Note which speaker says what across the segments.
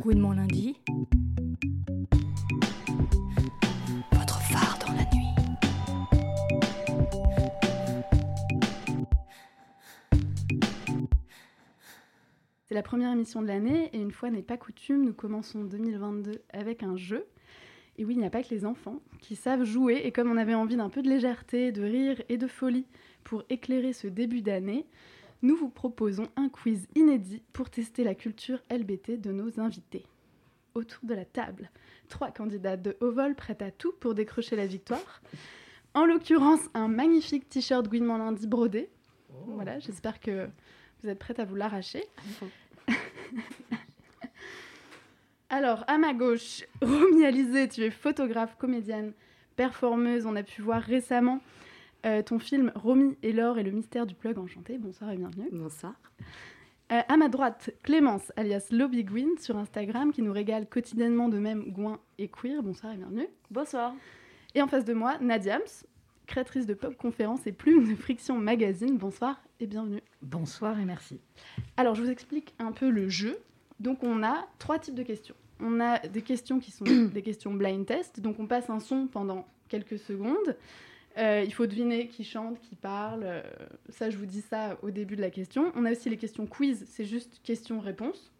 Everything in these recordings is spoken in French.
Speaker 1: Coup de mon lundi. Votre phare dans la nuit.
Speaker 2: C'est la première émission de l'année et une fois n'est pas coutume, nous commençons 2022 avec un jeu. Et oui, il n'y a pas que les enfants qui savent jouer et comme on avait envie d'un peu de légèreté, de rire et de folie pour éclairer ce début d'année, nous vous proposons un quiz inédit pour tester la culture LBT de nos invités. Autour de la table, trois candidats de haut vol prêts à tout pour décrocher la victoire. En l'occurrence, un magnifique t-shirt Gouinement lundi brodé. Voilà, j'espère que vous êtes prête à vous l'arracher. Alors, à ma gauche, Romy Alizé, tu es photographe, comédienne, performeuse. On a pu voir récemment euh, ton film Romy et l'or et le mystère du plug enchanté. Bonsoir et bienvenue.
Speaker 3: Bonsoir.
Speaker 2: Euh, à ma droite, Clémence, alias Lobby Gwyn, sur Instagram, qui nous régale quotidiennement de même Gouin et Queer. Bonsoir et bienvenue.
Speaker 4: Bonsoir.
Speaker 2: Et en face de moi, Nadiams, créatrice de Pop Conférence et plume de Friction Magazine. Bonsoir et bienvenue.
Speaker 5: Bonsoir et merci.
Speaker 2: Alors, je vous explique un peu le jeu. Donc, on a trois types de questions. On a des questions qui sont des questions blind test. Donc, on passe un son pendant quelques secondes. Euh, il faut deviner qui chante, qui parle. Euh, ça, je vous dis ça au début de la question. On a aussi les questions quiz. C'est juste question-réponse.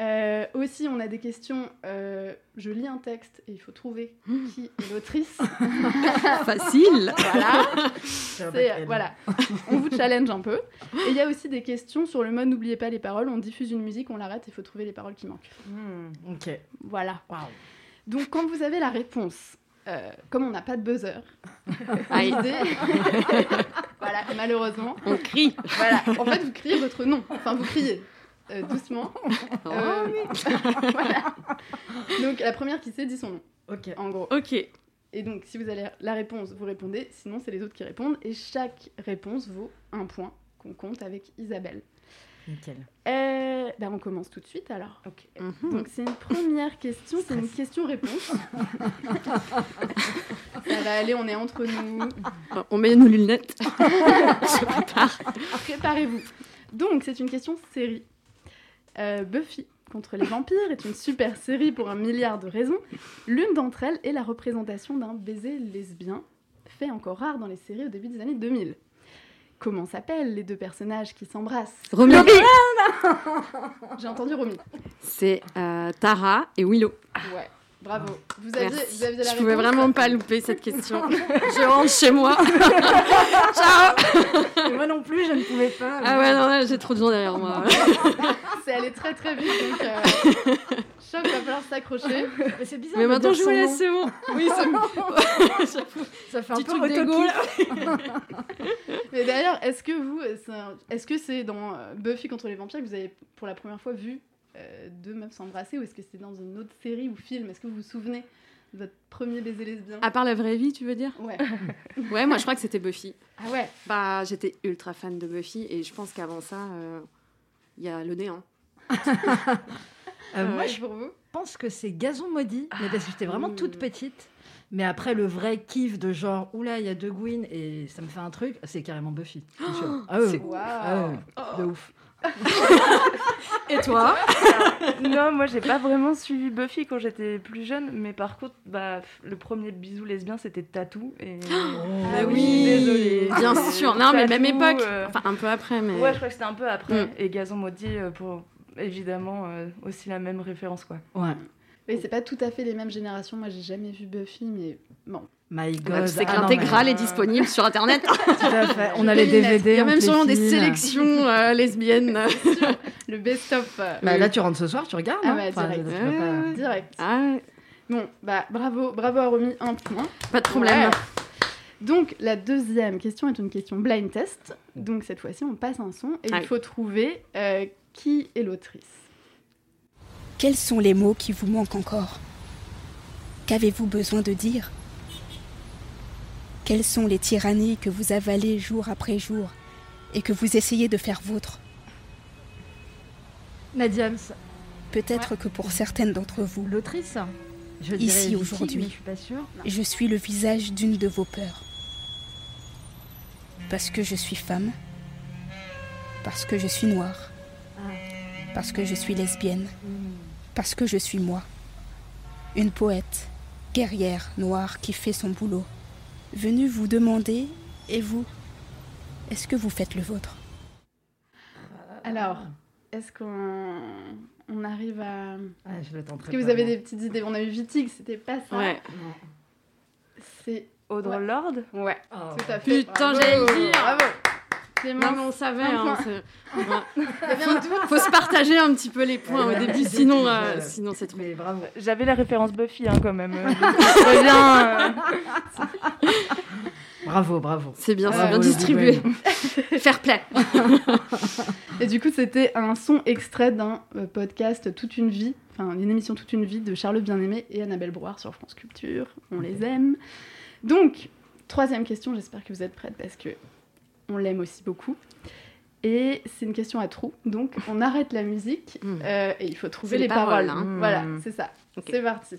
Speaker 2: Euh, aussi, on a des questions. euh, je lis un texte et il faut trouver qui est l'autrice.
Speaker 3: Facile.
Speaker 2: voilà. C'est- voilà, on vous challenge un peu. Et il y a aussi des questions sur le mode n'oubliez pas les paroles. On diffuse une musique, on l'arrête, il faut trouver les paroles qui manquent.
Speaker 5: Hmm, ok,
Speaker 2: Voilà.
Speaker 5: waouh.
Speaker 2: Donc quand vous avez la réponse, euh, comme on n'a pas de buzzer,
Speaker 3: Aïe,
Speaker 2: l'idée, voilà, malheureusement,
Speaker 3: on crie.
Speaker 2: voilà. En fait, vous criez votre nom. Enfin, vous criez euh, doucement.
Speaker 5: Oh,
Speaker 2: Euh, voilà. Donc la première qui sait dit son nom,
Speaker 5: Ok.
Speaker 2: en gros.
Speaker 4: Ok.
Speaker 2: Et donc, si vous avez la réponse, vous répondez. Sinon, c'est les autres qui répondent. Et chaque réponse vaut un point qu'on compte avec Isabelle.
Speaker 5: Nickel.
Speaker 2: Euh, ben, on commence tout de suite alors.
Speaker 5: Ok.
Speaker 3: Mhm.
Speaker 2: Donc, c'est une première question, c'est une question-réponse. Ça va aller, on est entre nous.
Speaker 3: Euh, On met nos lunettes. Je prépare.
Speaker 2: Préparez-vous. Donc, c'est une question série. Euh, Buffy contre les vampires est une super série pour un milliard de raisons. L'une d'entre elles est la représentation d'un baiser lesbien, fait encore rare dans les séries au début des années 2000. Comment s'appellent les deux personnages qui s'embrassent
Speaker 3: Romy.
Speaker 2: J'ai entendu Romy.
Speaker 3: C'est euh, Tara et Willow.
Speaker 2: Ouais, bravo. Vous aviez,
Speaker 3: Ah. Merci.
Speaker 2: vous aviez la
Speaker 3: Je pouvais
Speaker 2: réponse
Speaker 3: vraiment pas louper cette question. Je rentre chez moi. Ciao.
Speaker 5: Et moi non plus, je ne pouvais pas.
Speaker 3: Ah ouais, non, là, j'ai trop de gens derrière moi.
Speaker 2: C'est allé très très vite, donc euh, choc, va falloir s'accrocher.
Speaker 5: Mais c'est bizarre.
Speaker 3: Mais
Speaker 5: de
Speaker 3: maintenant,
Speaker 5: dire
Speaker 3: je vous
Speaker 5: son
Speaker 3: laisse,
Speaker 5: nom.
Speaker 3: c'est bon. Oui, c'est bon.
Speaker 5: Ça fait un
Speaker 3: Petit
Speaker 5: peu
Speaker 3: truc d'égo,
Speaker 5: autokiff.
Speaker 3: là.
Speaker 2: Mais d'ailleurs, est-ce que vous, c'est un- est-ce que c'est dans euh, Buffy contre les vampires que vous avez pour la première fois vu euh, deux meufs s'embrasser ou est-ce que c'est dans une autre série ou film Est-ce que vous vous souvenez de votre premier baiser lesbien
Speaker 3: À part la vraie vie, tu veux dire
Speaker 2: Ouais.
Speaker 3: Ouais, moi, je crois que c'était Buffy.
Speaker 2: Ah ouais.
Speaker 3: Bah, j'étais ultra fan de Buffy et je pense qu'avant ça, euh, il y a le néant.
Speaker 5: Euh, moi,
Speaker 2: Ouais,
Speaker 5: je
Speaker 2: pour vous. Ah.
Speaker 5: pense que c'est Gazon maudit, mais parce que j'étais vraiment
Speaker 3: Mm.
Speaker 5: toute petite. Mais après, le vrai kiff de genre, oula, il y a deux Gwyn et ça me fait un truc, c'est carrément Buffy. bien sûr. Ah ouais. Ah ouais, de ouf.
Speaker 2: Oh.
Speaker 3: Et toi
Speaker 4: non, moi j'ai pas vraiment suivi Buffy quand j'étais plus jeune, mais par contre, bah, pff, le premier bisou lesbien c'était Tatou. Et...
Speaker 2: Ah
Speaker 3: Bah
Speaker 2: oui,
Speaker 3: oui,
Speaker 4: désolée.
Speaker 3: bien sûr. Non, mais même
Speaker 4: Tatou,
Speaker 3: époque.
Speaker 4: euh,
Speaker 3: Enfin, un peu après, mais.
Speaker 4: Ouais, je crois que c'était un peu après.
Speaker 3: Mm.
Speaker 4: Et Gazon maudit euh, pour évidemment euh, aussi la même référence quoi.
Speaker 5: Ouais.
Speaker 2: Oui, c'est pas tout à fait les mêmes générations. Moi, j'ai jamais vu Buffy, mais
Speaker 5: My God.
Speaker 3: Bah, tu sais que
Speaker 5: Ah non, mais
Speaker 3: l'intégrale
Speaker 4: mais-
Speaker 3: est disponible sur internet.
Speaker 5: tout à fait. On a les
Speaker 2: Il y a
Speaker 5: DVD.
Speaker 3: Il y a
Speaker 5: on
Speaker 3: même
Speaker 5: te les
Speaker 3: sûrement des
Speaker 5: file.
Speaker 3: sélections euh, lesbiennes.
Speaker 2: le best-of euh,
Speaker 5: Bah, là, tu rentres ce soir, tu regardes.
Speaker 2: Ah
Speaker 5: hein.
Speaker 2: ouais, direct.
Speaker 5: tu vas pas-
Speaker 3: Ouais.
Speaker 2: direct.
Speaker 3: Ah,
Speaker 2: Bon, bah bravo, bravo à Romy, un point.
Speaker 3: pas de problème.
Speaker 2: Ouais. Donc la deuxième question est une question blind test. Donc cette fois-ci, on passe un son et
Speaker 3: Ah
Speaker 2: il
Speaker 3: oui.
Speaker 2: faut trouver euh, qui est l'autrice.
Speaker 6: Quels sont les mots qui vous manquent encore Qu'avez-vous besoin de dire Quelles sont les tyrannies que vous avalez jour après jour et que vous essayez de faire vôtre
Speaker 5: Nadiams,
Speaker 6: Peut-être que pour certaines d'entre vous,
Speaker 5: l'autrice. Je
Speaker 6: Ici,
Speaker 5: dirais Vicky,
Speaker 6: aujourd'hui.
Speaker 5: mais Je suis pas sûre.
Speaker 6: je suis le visage d'une de vos peurs.
Speaker 5: Ah.
Speaker 6: Parce que je suis femme. Parce que je suis noire. Parce que je suis lesbienne.
Speaker 5: Mm.
Speaker 6: Parce que je suis moi. Une poète, guerrière noire qui fait son boulot. Venue vous demander, et vous, est-ce que vous faites le vôtre
Speaker 5: Euh,
Speaker 2: Alors, est-ce qu'on on arrive à.
Speaker 5: Ah, je le tenterai
Speaker 2: Est-ce que
Speaker 5: pas,
Speaker 2: vous avez
Speaker 5: moi.
Speaker 2: des petites idées On a eu Vitig, c'était pas ça.
Speaker 3: Ouais.
Speaker 5: Non.
Speaker 2: C'est.
Speaker 4: Audre
Speaker 2: Ouais.
Speaker 4: Lord
Speaker 3: Ouais.
Speaker 5: Oh.
Speaker 2: Tout à fait.
Speaker 3: Putain,
Speaker 2: bravo.
Speaker 3: j'allais le dire.
Speaker 2: Bravo
Speaker 3: Non,
Speaker 2: Clément,
Speaker 3: mais on savait.
Speaker 2: Un
Speaker 3: Hein,
Speaker 2: point.
Speaker 3: c'est- Ouais. Faut se partager un petit peu les points
Speaker 5: Ouais,
Speaker 3: au
Speaker 5: ouais,
Speaker 3: début,
Speaker 5: ouais.
Speaker 3: sinon,
Speaker 5: Ouais.
Speaker 3: euh, sinon c'est trop.
Speaker 5: Mais bravo.
Speaker 4: J'avais la référence Buffy hein, quand même. euh, Très bien. euh.
Speaker 5: Bravo, bravo.
Speaker 3: C'est
Speaker 2: Ah
Speaker 3: bien, c'est
Speaker 5: Bravo,
Speaker 3: bien
Speaker 5: le
Speaker 3: distribué.
Speaker 5: Google.
Speaker 3: Fair play.
Speaker 2: Et du coup, c'était un son extrait d'un euh, podcast Toute une vie, enfin une émission Toute une vie de Charles Bien-Aimé et Annabelle Brouard sur France Culture. On les aime. Donc, troisième question, j'espère que vous êtes prêtes parce que on l'aime aussi beaucoup. Et c'est une question à trous, donc on arrête la musique
Speaker 3: Mm.
Speaker 2: euh, et il faut trouver
Speaker 3: C'est
Speaker 2: les,
Speaker 3: les
Speaker 2: paroles.
Speaker 3: paroles, hein.
Speaker 2: Mm. Voilà,
Speaker 5: Mm.
Speaker 2: c'est ça.
Speaker 3: Ok.
Speaker 2: C'est parti.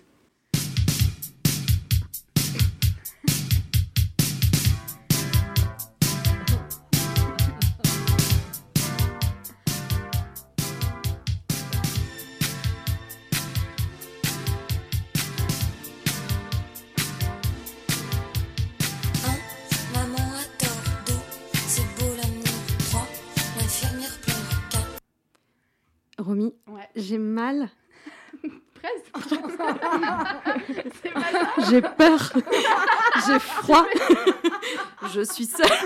Speaker 7: Maman a tort, deux, c'est beau l'amour, trois, l'infirmière pleure, quatre.
Speaker 3: Romy,
Speaker 2: Ouais,
Speaker 3: j'ai mal.
Speaker 2: presque. c'est pas ça.
Speaker 3: J'ai peur. j'ai froid. je suis seule. J'adore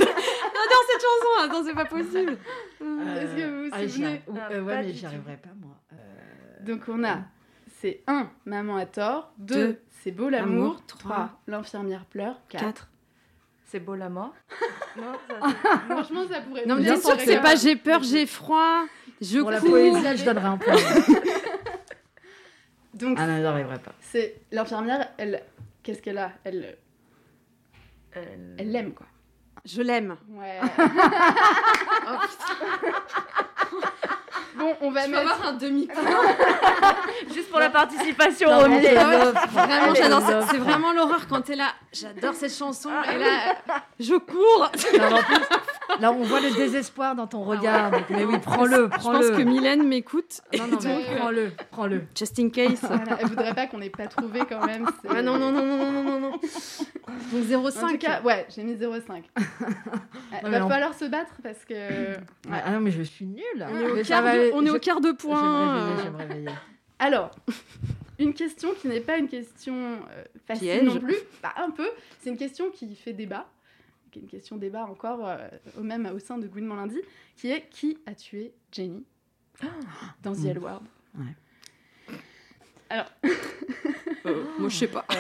Speaker 3: cette chanson. hein. Attends, c'est pas possible.
Speaker 2: Est-ce que vous vous
Speaker 5: ah, j'y
Speaker 2: souvenez
Speaker 5: arri- ou-
Speaker 4: Ah,
Speaker 5: euh,
Speaker 4: pas
Speaker 5: Ouais, mais
Speaker 4: du
Speaker 5: j'y
Speaker 4: tout.
Speaker 5: arriverai pas, moi. Euh,
Speaker 2: Donc on a, c'est 1, maman a tort, 2,
Speaker 3: Deux,
Speaker 2: c'est beau l'amour,
Speaker 3: l'amour,
Speaker 2: 3, l'infirmière pleure, 4.
Speaker 3: Quatre.
Speaker 4: C'est beau la mort. Non, ça,
Speaker 2: Franchement, ça pourrait
Speaker 3: Non, mais
Speaker 2: bien
Speaker 3: bien sûr que
Speaker 2: s'en
Speaker 3: c'est pas
Speaker 2: récupérer.
Speaker 3: j'ai peur, j'ai froid, je
Speaker 5: Pour la
Speaker 3: cours.
Speaker 5: poésie, je donnerai un point.
Speaker 2: Donc
Speaker 5: ah non, j'y arriverai pas.
Speaker 2: c'est l'infirmière, elle, qu'est-ce qu'elle a Elle
Speaker 4: c'est- euh,
Speaker 2: elle l'aime quoi.
Speaker 3: Je l'aime.
Speaker 2: Ouais. Oh, bon, on va mettre
Speaker 3: un demi point
Speaker 4: Juste pour la participation,
Speaker 5: Non,
Speaker 4: Romy.
Speaker 5: mais c'est l'offre.
Speaker 3: Vraiment,
Speaker 5: Allez,
Speaker 3: j'adore.
Speaker 5: l'offre.
Speaker 3: ça. C'est vraiment l'horreur quand t'es là. J'adore cette chanson. Et
Speaker 2: Ah.
Speaker 3: là, euh, je cours.
Speaker 5: Non, mais en plus, Là, on voit le désespoir dans ton regard.
Speaker 3: Ah
Speaker 5: donc, mais oui, prends-le,
Speaker 3: Je pense
Speaker 5: prends-le.
Speaker 3: que Mylène m'écoute.
Speaker 5: Non, non, mais
Speaker 2: Donc, euh,
Speaker 5: prends-le, prends-le.
Speaker 3: Just in case.
Speaker 2: Voilà, elle voudrait pas qu'on ait pas trouvé quand même. c'est-
Speaker 3: Ah non, non, non, non, non, non, non. Donc
Speaker 2: En tout
Speaker 3: 0,5.
Speaker 2: cas, ouais, j'ai mis 0,5. Il
Speaker 5: mais
Speaker 2: va
Speaker 5: on-
Speaker 2: falloir se battre parce que.
Speaker 5: Ouais, Ah non, mais je suis nulle.
Speaker 3: On est au
Speaker 5: Mais ça
Speaker 3: quart
Speaker 5: va
Speaker 3: de-
Speaker 5: aller-
Speaker 3: on est
Speaker 5: je-
Speaker 3: au quart de
Speaker 5: Je vais me
Speaker 3: point.
Speaker 5: réveiller, je vais me réveiller.
Speaker 2: Alors, une question qui n'est pas une question euh, facile
Speaker 3: Piège.
Speaker 2: non plus, bah, un peu, c'est une question qui fait débat, qui est une question débat encore euh, au même au sein de Gouinement lundi, qui est qui a tué Jenny dans The
Speaker 5: Mm.
Speaker 2: L Word
Speaker 3: Euh, moi, je sais pas.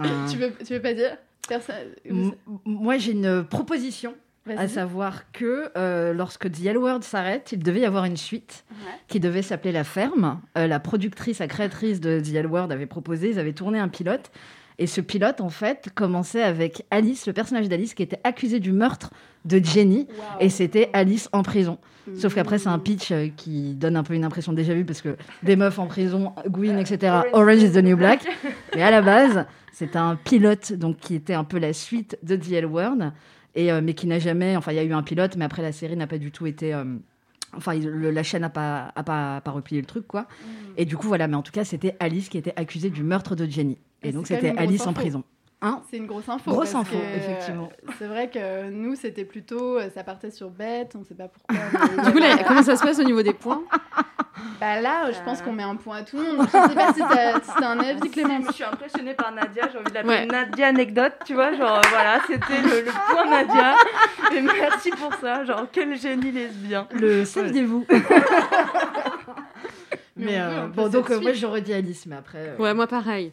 Speaker 5: Euh,
Speaker 2: tu, veux, tu veux pas dire Personne.
Speaker 5: m- m- Moi, j'ai une proposition,
Speaker 2: Vas-y.
Speaker 5: à savoir que euh, lorsque The L World s'arrête, il devait y avoir une suite.
Speaker 2: Ouais.
Speaker 5: qui devait s'appeler La Ferme. Euh, la productrice, la créatrice de The L World avait proposé, ils avaient tourné un pilote. Et ce pilote, en fait, commençait avec Alice, le personnage d'Alice, qui était accusée du meurtre de Jenny.
Speaker 2: Waouh.
Speaker 5: Et c'était Alice en prison. Sauf
Speaker 2: Mm.
Speaker 5: qu'après, c'est un pitch euh, qui donne un peu une impression déjà vue, parce que des meufs en prison,
Speaker 2: Euh,
Speaker 5: Gwyn, etc.,
Speaker 4: Orange
Speaker 5: Orange is the New Black. Mais à la base, c'était un pilote donc, qui était un peu la suite de The L World, et, euh, mais qui n'a jamais. Enfin, il y a eu un pilote, mais après, la série n'a pas du tout été. euh, Enfin, il- le- la chaîne n'a pas, a pas, a pas replié le truc, quoi. Et du coup, voilà. Mais en tout cas, c'était Alice qui était accusée du meurtre de Jenny.
Speaker 2: Et
Speaker 5: Et donc,
Speaker 2: Ah, c'est quand même
Speaker 5: c'était
Speaker 2: une
Speaker 5: Alice
Speaker 2: grosse
Speaker 5: en
Speaker 2: info. Hein
Speaker 5: prison.
Speaker 2: C'est une grosse info.
Speaker 5: Grosse
Speaker 2: parce
Speaker 5: info,
Speaker 2: que,
Speaker 5: effectivement.
Speaker 2: euh, C'est vrai que nous, c'était plutôt. euh, Ça partait sur bête, on sait pas pourquoi. mais-
Speaker 3: Du coup, là, comment ça se passe au niveau des points
Speaker 2: Bah là, je
Speaker 4: Euh.
Speaker 2: pense qu'on met un point à tout le monde. Je sais pas si t'as si t'as un avis, Clément.
Speaker 4: Je suis impressionnée par Nadia, j'ai envie de l'appeler
Speaker 3: Ouais.
Speaker 4: Nadia anecdote, tu vois, genre euh, voilà, c'était le, le point Nadia. Et merci pour ça, genre quel génie lesbien.
Speaker 5: Le saviez-vous
Speaker 2: Mais
Speaker 5: Mais,
Speaker 2: on veut
Speaker 5: euh,
Speaker 2: un peu
Speaker 5: bon, donc
Speaker 2: cette
Speaker 5: euh, moi, j'aurais dit Alice, mais après. euh,
Speaker 3: Ouais, moi pareil.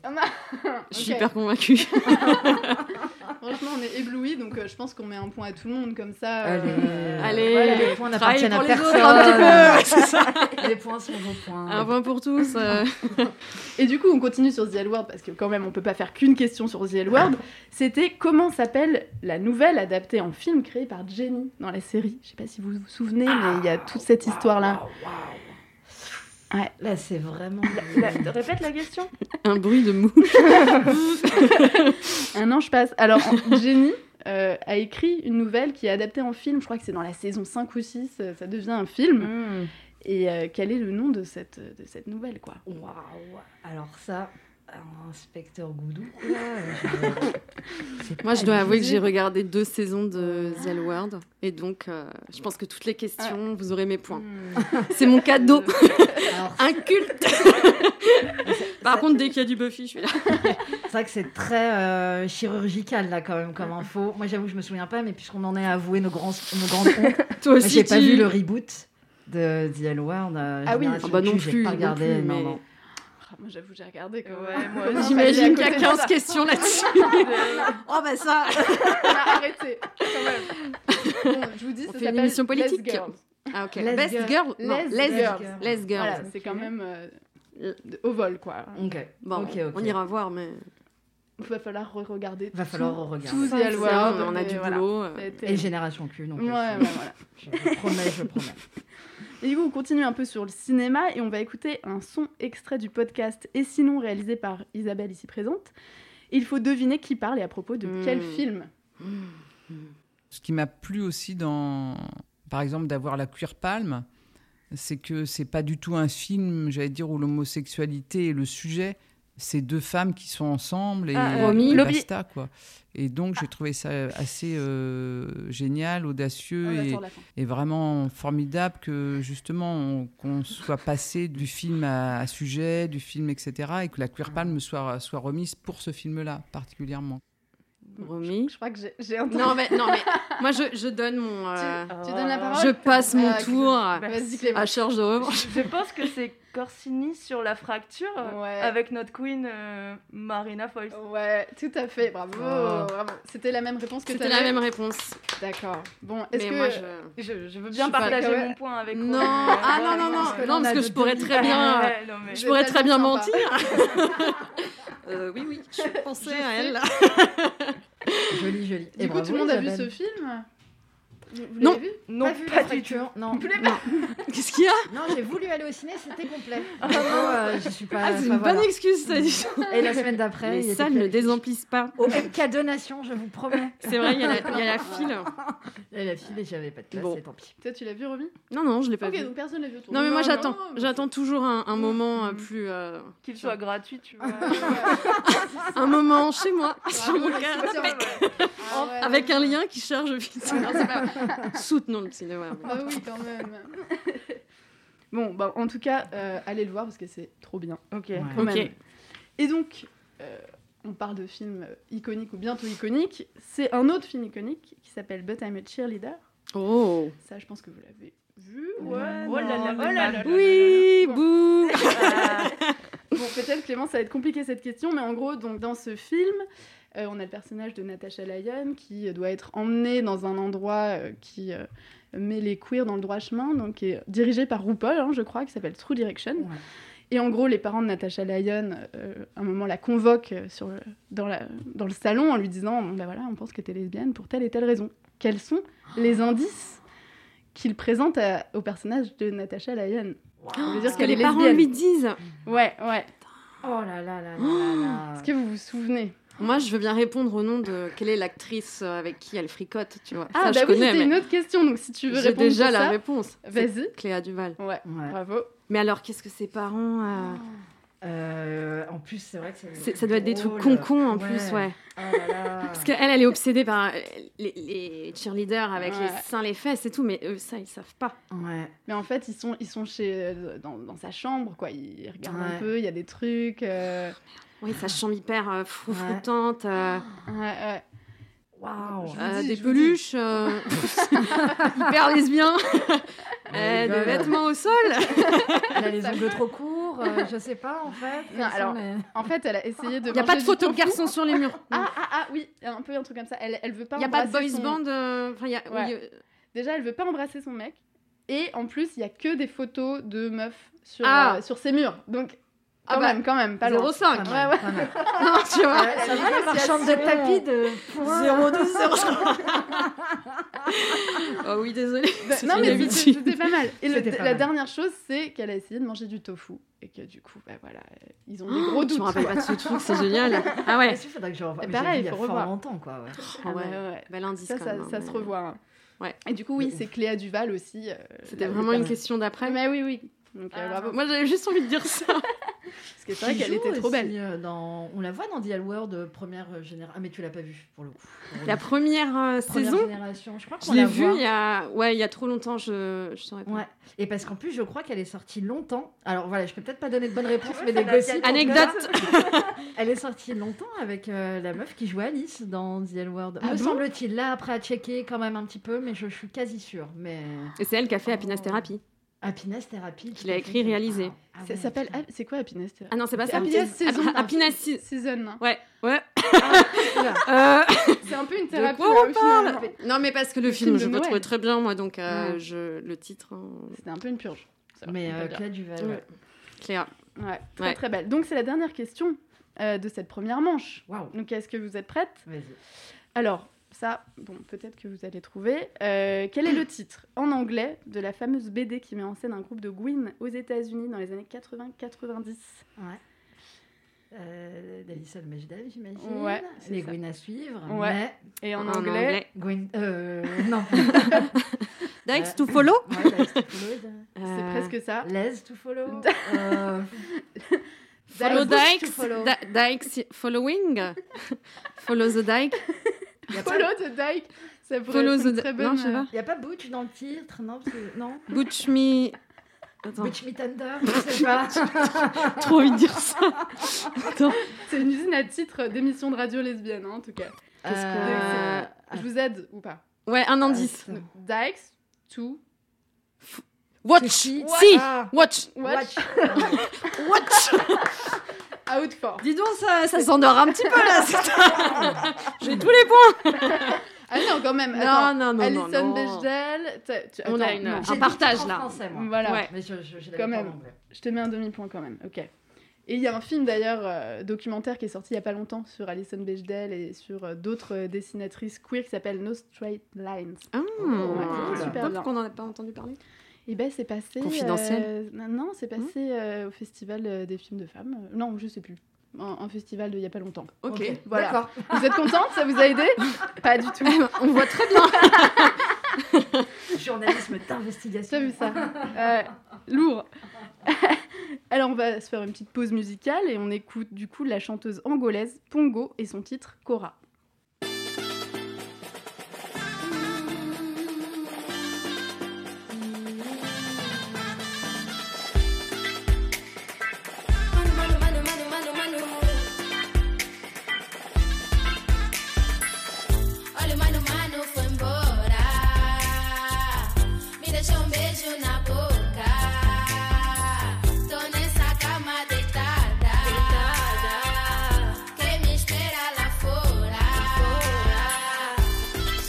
Speaker 3: Je suis
Speaker 2: Ok.
Speaker 3: hyper convaincue.
Speaker 2: Franchement, on est éblouis, donc euh, je pense qu'on met un point à tout le monde comme ça. euh,
Speaker 3: Allez,
Speaker 5: Voilà, les points
Speaker 3: travaillez
Speaker 5: n'appartiennent à
Speaker 3: pour les
Speaker 5: personne.
Speaker 3: autres un petit peu. C'est ça.
Speaker 5: les points sont vos points.
Speaker 3: Un point pour tous. euh.
Speaker 2: Et du coup, on continue sur The L Word parce que quand même, on peut pas faire qu'une question sur The L Word. C'était comment s'appelle la nouvelle adaptée en film créée par Jenny dans la série. Je sais pas si vous vous souvenez, mais il y a toute cette
Speaker 3: Ah,
Speaker 2: histoire-là.
Speaker 5: Là, c'est vraiment.
Speaker 4: La- répète la question.
Speaker 3: Un bruit de mouche.
Speaker 2: Un an, je passe. Alors, en- Jenny euh, a écrit une nouvelle qui est adaptée en film. Je crois que c'est dans la saison 5 ou 6. euh, Ça devient un film. Et euh, quel est le nom de cette, de cette nouvelle, quoi
Speaker 5: Waouh Alors ça, un inspecteur Goudou, quoi, euh, je- c'est
Speaker 3: Moi,
Speaker 5: pas
Speaker 3: je dois avouer que
Speaker 5: abusé.
Speaker 3: j'ai regardé deux saisons de The World. Et donc, euh, je pense que toutes les questions, vous aurez mes points.
Speaker 2: Hmm.
Speaker 3: C'est mon cadeau.
Speaker 5: Alors,
Speaker 3: Un culte. Par contre, dès qu'il y a du Buffy, je suis là.
Speaker 5: C'est vrai que c'est très euh, chirurgical, là, quand même, comme info. Moi, j'avoue, je me souviens pas, mais puisqu'on en est avoué nos grands nos grandes hontes,
Speaker 3: Toi
Speaker 5: moi,
Speaker 3: aussi,
Speaker 5: j'ai pas
Speaker 3: tu-
Speaker 5: vu le reboot de The L Word. euh,
Speaker 2: Ah oui.
Speaker 5: Génération
Speaker 3: Ah bah non
Speaker 5: Q, j'ai
Speaker 3: plus,
Speaker 5: pas
Speaker 3: non
Speaker 5: regardé,
Speaker 3: plus,
Speaker 5: non,
Speaker 3: mais-
Speaker 5: non.
Speaker 2: Ah, Moi, j'avoue, j'ai regardé quand
Speaker 4: Ouais,
Speaker 2: même.
Speaker 4: moi
Speaker 2: Enfin,
Speaker 4: aussi.
Speaker 3: J'imagine qu'il y
Speaker 2: fallait
Speaker 3: a
Speaker 2: à
Speaker 3: 15
Speaker 2: côté de
Speaker 3: questions là-dessus.
Speaker 2: ça.
Speaker 3: Oh, bah ça.
Speaker 2: On a arrêté, quand même. Bon, je vous dis,
Speaker 3: On fait
Speaker 2: ça
Speaker 3: une
Speaker 2: s'appelle
Speaker 3: émission politique.
Speaker 2: Les Girls.
Speaker 3: Ah, ok.
Speaker 5: Les
Speaker 3: Best
Speaker 5: girls.
Speaker 3: girl. Non,
Speaker 2: Les
Speaker 3: les
Speaker 2: girls.
Speaker 3: girls. Les girls.
Speaker 2: Voilà, c'est
Speaker 5: Ok.
Speaker 2: quand même euh, de- au vol, quoi.
Speaker 5: Ok.
Speaker 3: Bon,
Speaker 5: ok, ok.
Speaker 3: on ira voir, mais
Speaker 2: Il va falloir re-regarder
Speaker 5: Va
Speaker 2: tout-
Speaker 5: falloir regarder.
Speaker 2: tout The L
Speaker 3: C'est
Speaker 2: World,
Speaker 3: vrai, on a
Speaker 2: hein, mais
Speaker 3: du
Speaker 2: voilà.
Speaker 3: boulot. euh.
Speaker 2: Ça a été-
Speaker 5: Et Génération Q, non
Speaker 2: Ouais,
Speaker 5: plus.
Speaker 2: ouais, voilà.
Speaker 5: Je promets, je promets.
Speaker 2: Et du coup, on continue un peu sur le cinéma et on va écouter un son extrait du podcast Et sinon réalisé par Isabelle ici présente. Il faut deviner qui parle et à propos de
Speaker 3: Hmm.
Speaker 2: quel film.
Speaker 8: Ce qui m'a plu aussi dans, par exemple, d'avoir la cuir palme, c'est que c'est pas du tout un film, j'allais dire, où l'homosexualité est le sujet. C'est deux femmes qui sont ensemble et,
Speaker 4: Ah,
Speaker 8: et
Speaker 3: Romy.
Speaker 8: basta, quoi. Et donc, j'ai trouvé ça assez euh, génial, audacieux
Speaker 2: On
Speaker 8: et,
Speaker 2: attend la fin.
Speaker 8: et vraiment formidable que, justement, on- qu'on soit passé du film à, à sujet, du film, etc., et que la cuir palme soit, soit remise pour ce film-là, particulièrement.
Speaker 3: Romy.
Speaker 2: Je crois que j'ai- j'ai entendu.
Speaker 3: Non mais non mais moi je, je donne mon
Speaker 2: Tu,
Speaker 3: euh,
Speaker 2: tu donnes la parole
Speaker 3: je passe mon
Speaker 2: Ah,
Speaker 3: tour
Speaker 2: Clément. Vas-y, Clément.
Speaker 3: à charge de revanche.
Speaker 4: Je pense que c'est Corsini sur la fracture euh,
Speaker 2: Ouais.
Speaker 4: avec notre queen euh, Marina Foïs.
Speaker 2: Ouais, tout à fait, bravo.
Speaker 8: Oh.
Speaker 2: bravo. C'était la même réponse que tu
Speaker 3: C'était la même réponse.
Speaker 2: D'accord. Bon, est-ce
Speaker 3: Mais
Speaker 2: que
Speaker 3: moi je
Speaker 4: Je, je veux
Speaker 3: Je
Speaker 4: bien
Speaker 3: suis pas-
Speaker 4: partager
Speaker 2: Ouais.
Speaker 4: mon point avec
Speaker 3: Non,
Speaker 4: Romy, mais
Speaker 3: ah
Speaker 4: bon,
Speaker 3: non non non
Speaker 2: parce que là,
Speaker 3: non
Speaker 2: on
Speaker 3: parce
Speaker 2: a
Speaker 3: que
Speaker 2: deux
Speaker 3: je pourrais
Speaker 2: billes.
Speaker 3: très bien euh,
Speaker 4: Ouais, non, mais-
Speaker 3: je
Speaker 2: Vous
Speaker 3: pourrais
Speaker 2: êtes
Speaker 3: très bien
Speaker 2: tellement
Speaker 3: mentir. Euh, oui oui, je pensais à elle. là.
Speaker 5: Joli, joli.
Speaker 2: du coup tout le monde a vu ce film Vous- vous
Speaker 3: Non.
Speaker 2: l'avez vu
Speaker 4: non,
Speaker 5: pas vu
Speaker 4: pas
Speaker 5: la
Speaker 4: du tout.
Speaker 5: fracture, non.
Speaker 3: Qu'est-ce qu'il y a
Speaker 5: Non, j'ai voulu aller au ciné, c'était complet.
Speaker 2: Ah
Speaker 4: Ah,
Speaker 5: Du coup, euh, je suis pas.
Speaker 3: Ah, c'est
Speaker 5: enfin,
Speaker 3: une
Speaker 5: voilà.
Speaker 3: bonne excuse ça dit.
Speaker 5: Et la semaine d'après, il
Speaker 3: Les
Speaker 5: était
Speaker 3: salles ne
Speaker 5: plein.
Speaker 3: désemplissent pas.
Speaker 5: Au MK Donation, Oh, je vous promets.
Speaker 3: C'est vrai, il y, a la- il y a la file.
Speaker 5: Là, la fille, j'avais pas de place,
Speaker 3: Bon.
Speaker 5: et tant pis.
Speaker 2: Toi, tu l'as vu, Romy
Speaker 3: Non non, je l'ai pas
Speaker 2: Ok,
Speaker 3: vu.
Speaker 2: donc personne l'a vu autour
Speaker 3: Non mais
Speaker 2: de
Speaker 3: moi
Speaker 2: nous.
Speaker 3: j'attends,
Speaker 2: Non, mais- Mm.
Speaker 3: j'attends toujours un, un moment euh,
Speaker 4: Mhm.
Speaker 3: plus, euh,
Speaker 4: Qu'il soit gratuit, tu vois.
Speaker 3: un moment chez moi, sur mon
Speaker 2: Bravo,
Speaker 3: canapé.
Speaker 2: Laetitia, ouais. Ah ouais,
Speaker 3: Avec
Speaker 2: non,
Speaker 3: un lien qui charge vite. Non, c'est pas- Soutenons le cinéma.
Speaker 2: Bah oui, quand même. bon, bah, en tout cas, euh, allez le voir parce que c'est trop bien.
Speaker 4: ok.
Speaker 3: Ok.
Speaker 2: même. Et donc, euh, on parle de films euh, iconiques ou bientôt iconiques. C'est un autre film iconique qui s'appelle But I'm a Cheerleader.
Speaker 3: Oh.
Speaker 2: Ça, je pense que vous l'avez vu.
Speaker 4: Ouais,
Speaker 2: oh là
Speaker 4: non,
Speaker 2: là,
Speaker 4: on
Speaker 2: oh là
Speaker 4: l'a pas
Speaker 2: là là
Speaker 4: vu.
Speaker 2: là
Speaker 3: Oui,
Speaker 2: là là.
Speaker 3: bouh.
Speaker 2: Bon, peut-être Clément, ça va être compliqué cette question, mais en gros, donc dans ce film, euh, on a le personnage de Natasha Lyon qui euh, doit être emmenée dans un endroit euh, qui euh, met les queers dans le droit chemin, donc qui est dirigé par RuPaul, hein, je crois, qui s'appelle True Direction.
Speaker 5: Ouais.
Speaker 2: Et en gros, les parents de Natasha Lyon, euh, à un moment, la convoquent euh, sur, le- dans, la- dans le salon en lui disant Bon, bah voilà, on pense que t'es lesbienne pour telle et telle raison. Quels sont les indices qu'il présente à- au personnage de Natasha Lyon Ça veut dire
Speaker 3: Ce que
Speaker 2: qu'elle
Speaker 3: les
Speaker 2: est
Speaker 3: parents
Speaker 2: lesbienne.
Speaker 3: lui disent.
Speaker 2: Ouais, ouais.
Speaker 5: Oh là là là là là là.
Speaker 2: Est-ce que vous vous souvenez
Speaker 3: Moi, je veux bien répondre au nom de quelle est l'actrice euh, avec qui elle fricote, tu vois.
Speaker 2: Ah,
Speaker 3: ça,
Speaker 2: bah
Speaker 3: je
Speaker 2: oui,
Speaker 3: connais,
Speaker 2: c'était une
Speaker 3: mais
Speaker 2: autre question, donc si tu veux
Speaker 3: j'ai
Speaker 2: répondre
Speaker 3: déjà
Speaker 2: sur
Speaker 3: la
Speaker 2: ça,
Speaker 3: réponse. C'est
Speaker 2: vas-y.
Speaker 3: Cléa Duval.
Speaker 2: Ouais,
Speaker 5: Ouais.
Speaker 2: bravo.
Speaker 3: Mais alors, qu'est-ce que ses parents euh,
Speaker 5: Euh, en plus, c'est vrai que c'est-
Speaker 3: c'est- Ça doit être des trucs
Speaker 5: drôle.
Speaker 3: con-con en plus, ouais.
Speaker 5: Oh là là.
Speaker 3: Parce qu'elle, elle est obsédée par euh, les, les cheerleaders avec
Speaker 2: Ouais.
Speaker 3: les seins, les fesses et tout, mais eux, ça, ils savent pas.
Speaker 5: Ouais.
Speaker 2: Mais en fait, ils sont, ils sont chez, euh, dans, dans sa chambre, quoi. Ils regardent un
Speaker 5: Ouais.
Speaker 2: peu, il y a des trucs. euh,
Speaker 3: Oui, sa chambre hyper euh, froufroutante, euh,
Speaker 2: Ouais, ouais.
Speaker 5: Waouh.
Speaker 2: Je vous
Speaker 3: euh,
Speaker 2: dis,
Speaker 3: des
Speaker 2: je vous dis.
Speaker 3: peluches, euh, hyper lesbien, euh,
Speaker 5: rigole.
Speaker 3: des vêtements au sol.
Speaker 5: Elle a les ongles trop courts, euh, je sais pas en fait. quels sont
Speaker 2: alors,
Speaker 5: les-
Speaker 2: En fait, elle a essayé de.
Speaker 3: Il n'y a pas de
Speaker 2: manger
Speaker 3: photo
Speaker 2: du
Speaker 3: de garçon sur les murs. Il
Speaker 2: Ah, ah, ah, oui, un peu un truc comme ça. Elle, elle veut pas
Speaker 3: n'y a pas de
Speaker 2: embrasser
Speaker 3: boys
Speaker 2: son-
Speaker 3: band. euh, enfin, il y a-
Speaker 2: Ouais.
Speaker 3: oui, euh,
Speaker 2: Déjà, elle veut pas embrasser son mec. Et en plus, il y a que des photos de meufs sur,
Speaker 3: Ah.
Speaker 2: euh, sur ses murs. Donc, quand
Speaker 3: Ah bah,
Speaker 2: même, quand même, pas loin.
Speaker 3: 0,5.
Speaker 5: Pas mal,
Speaker 2: ouais.
Speaker 5: pas mal.
Speaker 3: Non, tu vois.
Speaker 5: Ouais, Ça va, la marchande de
Speaker 2: négociation.
Speaker 5: tapis de points.
Speaker 3: 0,2, 0. Oh oui, désolé.
Speaker 2: Bah, non, mais c'était- c'était pas mal. Et le-
Speaker 5: C'était pas
Speaker 2: la
Speaker 5: mal.
Speaker 2: dernière chose, c'est qu'elle a essayé de manger du tofu. Et que du coup, bah voilà, euh, ils ont des gros
Speaker 3: Je
Speaker 2: doutes.
Speaker 3: Oh, me rappelle
Speaker 2: quoi.
Speaker 3: pas de ce truc, c'est génial. Ah ouais. Oh,
Speaker 5: Est-ce qu'il faudrait que je revoie
Speaker 2: Et
Speaker 5: Mais j'ai
Speaker 2: pareil,
Speaker 5: vu il y a
Speaker 2: faut
Speaker 5: fort
Speaker 2: revoir.
Speaker 5: longtemps quoi. ouais.
Speaker 2: Ah ouais,
Speaker 3: ouais.
Speaker 2: ouais.
Speaker 3: Bel indice
Speaker 2: Ça,
Speaker 3: quand
Speaker 2: ça,
Speaker 3: même,
Speaker 2: ça
Speaker 3: hein,
Speaker 2: se
Speaker 3: mais-
Speaker 2: revoit. hein.
Speaker 3: Ouais.
Speaker 2: Et du coup, oui, c'est Cléa Duval aussi. euh,
Speaker 3: C'était
Speaker 2: la-
Speaker 3: vraiment une
Speaker 2: la-
Speaker 3: question d'après.
Speaker 2: Mais oui, oui. Donc, euh,
Speaker 4: Ah.
Speaker 2: bravo.
Speaker 3: Moi, j'avais juste envie de dire ça.
Speaker 2: Parce que c'est vrai qu'elle était trop belle.
Speaker 5: euh, dans... On la voit dans The L World, euh, première euh, génération. Ah, mais tu l'as pas vue, pour le coup.
Speaker 3: La première euh,
Speaker 5: première
Speaker 3: saison,
Speaker 5: génération, je crois
Speaker 3: je
Speaker 5: qu'on
Speaker 3: l'ai
Speaker 5: la
Speaker 3: vue
Speaker 5: voit.
Speaker 3: il y a... Ouais, il y a trop longtemps, je, je saurais pas.
Speaker 5: Ouais. Et parce qu'en plus, je crois qu'elle est sortie longtemps. Alors voilà, je peux peut-être pas donner de bonnes réponses, mais
Speaker 4: ça
Speaker 5: des
Speaker 4: m'a
Speaker 5: gossips.
Speaker 4: gâté.
Speaker 3: Anecdote
Speaker 5: Elle est sortie longtemps avec euh, la meuf qui jouait Alice dans The L World.
Speaker 2: Ah
Speaker 5: me
Speaker 2: bon
Speaker 5: semble-t-il. Là, après à checker quand même un petit peu, mais je, je suis quasi sûre. Mais Oh.
Speaker 3: Et c'est elle qui a fait Happiness Therapy.
Speaker 5: Happiness Therapy. tout
Speaker 3: l'a
Speaker 5: à fait,
Speaker 3: écrit,
Speaker 5: quelque
Speaker 3: réalisé.
Speaker 5: part. Ah
Speaker 2: Ça
Speaker 5: ouais,
Speaker 2: s'appelle.
Speaker 5: putain.
Speaker 2: C'est quoi Happiness Therapy
Speaker 3: Ah non, c'est pas ça.
Speaker 2: Happiness Saison.
Speaker 3: Hap- Happiness Season.
Speaker 2: Season. Ah, hein.
Speaker 3: Ouais, ouais.
Speaker 2: Oula.
Speaker 3: Euh,
Speaker 2: C'est un peu une
Speaker 3: de
Speaker 2: thérapie.
Speaker 3: quoi on
Speaker 2: euh,
Speaker 3: parle
Speaker 2: finalement.
Speaker 3: Non, mais parce que le,
Speaker 2: Le
Speaker 3: film,
Speaker 2: film
Speaker 3: je
Speaker 2: de
Speaker 3: le
Speaker 2: Noël.
Speaker 3: trouvais très bien, moi, donc euh,
Speaker 2: Ouais.
Speaker 3: je, le titre, euh,
Speaker 2: C'était un peu une purge. ça va,
Speaker 5: Mais
Speaker 2: on peut
Speaker 5: euh,
Speaker 2: le dire.
Speaker 5: Claire Duval.
Speaker 3: Ouais. Cléa.
Speaker 2: Ouais, très
Speaker 3: Ouais.
Speaker 2: très belle. Donc c'est la dernière question euh, de cette première manche.
Speaker 5: Waouh.
Speaker 2: Donc est-ce que vous êtes prête
Speaker 5: Vas-y.
Speaker 2: Alors, ça, bon, peut-être que vous allez trouver. Euh, quel est le titre en anglais de la fameuse BD qui met en scène un groupe de Gwyn aux États-Unis dans les années 80-90
Speaker 5: Euh, D'Alice Almejdal, j'imagine.
Speaker 2: Ouais, c'est
Speaker 5: Les
Speaker 2: ça.
Speaker 5: Gwyn à suivre.
Speaker 2: Ouais.
Speaker 5: mais-
Speaker 2: Et en,
Speaker 3: En
Speaker 2: anglais,
Speaker 3: anglais.
Speaker 5: Gwyn. Euh, non.
Speaker 3: Dykes
Speaker 5: Euh,
Speaker 3: to follow
Speaker 5: Ouais, Dykes to follow.
Speaker 3: Euh,
Speaker 2: c'est presque ça.
Speaker 5: Les to follow. euh,
Speaker 3: Follow
Speaker 5: Dykes
Speaker 3: Dykes,
Speaker 5: to follow.
Speaker 3: Da- Dykes following. follow the Dyke.
Speaker 5: y a pas-
Speaker 2: Follow the Dyke, ça pourrait
Speaker 3: Follow
Speaker 2: être une
Speaker 3: the
Speaker 2: très
Speaker 3: Dyke.
Speaker 2: bonne... euh,
Speaker 3: Non, je sais pas.
Speaker 5: Il n'y a pas Butch dans le titre, non parce que- Non
Speaker 3: Butch me. Attends,
Speaker 5: Butch Me Thunder, je sais pas.
Speaker 3: j'ai trop envie de dire ça.
Speaker 2: euh, C'est une usine à titre d'émission de radio lesbienne, hein, en tout cas.
Speaker 3: Qu'est-ce
Speaker 5: Euh,
Speaker 3: que-
Speaker 2: Je vous aide ou pas Euh,
Speaker 3: Ouais, un indice.
Speaker 5: Attends.
Speaker 2: Dykes to
Speaker 3: Watch
Speaker 5: Si.
Speaker 3: Si
Speaker 5: Ah.
Speaker 3: Watch
Speaker 2: watch,
Speaker 3: Watch
Speaker 2: out for.
Speaker 3: Dis donc, ça, ça s'endort un petit peu là. Mm. c'est- J'ai tous les points.
Speaker 2: Ah non, quand même.
Speaker 3: Non,
Speaker 2: attends.
Speaker 3: non, non, non,
Speaker 2: Alison
Speaker 3: non.
Speaker 2: Bechdel. t'as- tu-
Speaker 3: On
Speaker 2: attends,
Speaker 3: a une-
Speaker 2: non.
Speaker 5: J'ai dit
Speaker 3: partage,
Speaker 5: titre en
Speaker 3: là.
Speaker 5: français, moi.
Speaker 2: Voilà.
Speaker 3: Ouais.
Speaker 5: Mais je, je, je l'avais
Speaker 2: Quand
Speaker 5: pas
Speaker 2: même.
Speaker 5: en anglais.
Speaker 2: Je te mets un demi-point quand même. Ok. Et il y a un film d'ailleurs euh, documentaire qui est sorti il y a pas longtemps sur Alison Bechdel et sur euh, d'autres euh, dessinatrices queer qui s'appelle No Straight Lines.
Speaker 3: Ah,
Speaker 2: Ouais,
Speaker 5: c'est
Speaker 2: super bien.
Speaker 3: qu'on n'en a pas entendu parler.
Speaker 2: Et ben c'est passé.
Speaker 3: Confidentiel. Hein
Speaker 2: euh, non, non, c'est passé euh, au festival euh, des films de femmes. Euh, Non, je sais plus. Un, un festival de il y a pas longtemps.
Speaker 3: Ok.
Speaker 2: Voilà.
Speaker 5: D'accord.
Speaker 2: Vous êtes contente Ça vous a aidé Pas du tout.
Speaker 3: On voit très bien.
Speaker 5: Journalisme
Speaker 2: T'as
Speaker 5: d'investigation.
Speaker 2: vu ça Euh, Lourd. Alors on va se faire une petite pause musicale et on écoute du coup la chanteuse angolaise Pongo et son titre Cora.
Speaker 7: Mano, mano, mano, mano, mano, mano. Olha, o mano, mano, foi embora. Me deixou um beijo na boca. Tô nessa cama deitada. Quem me espera lá fora?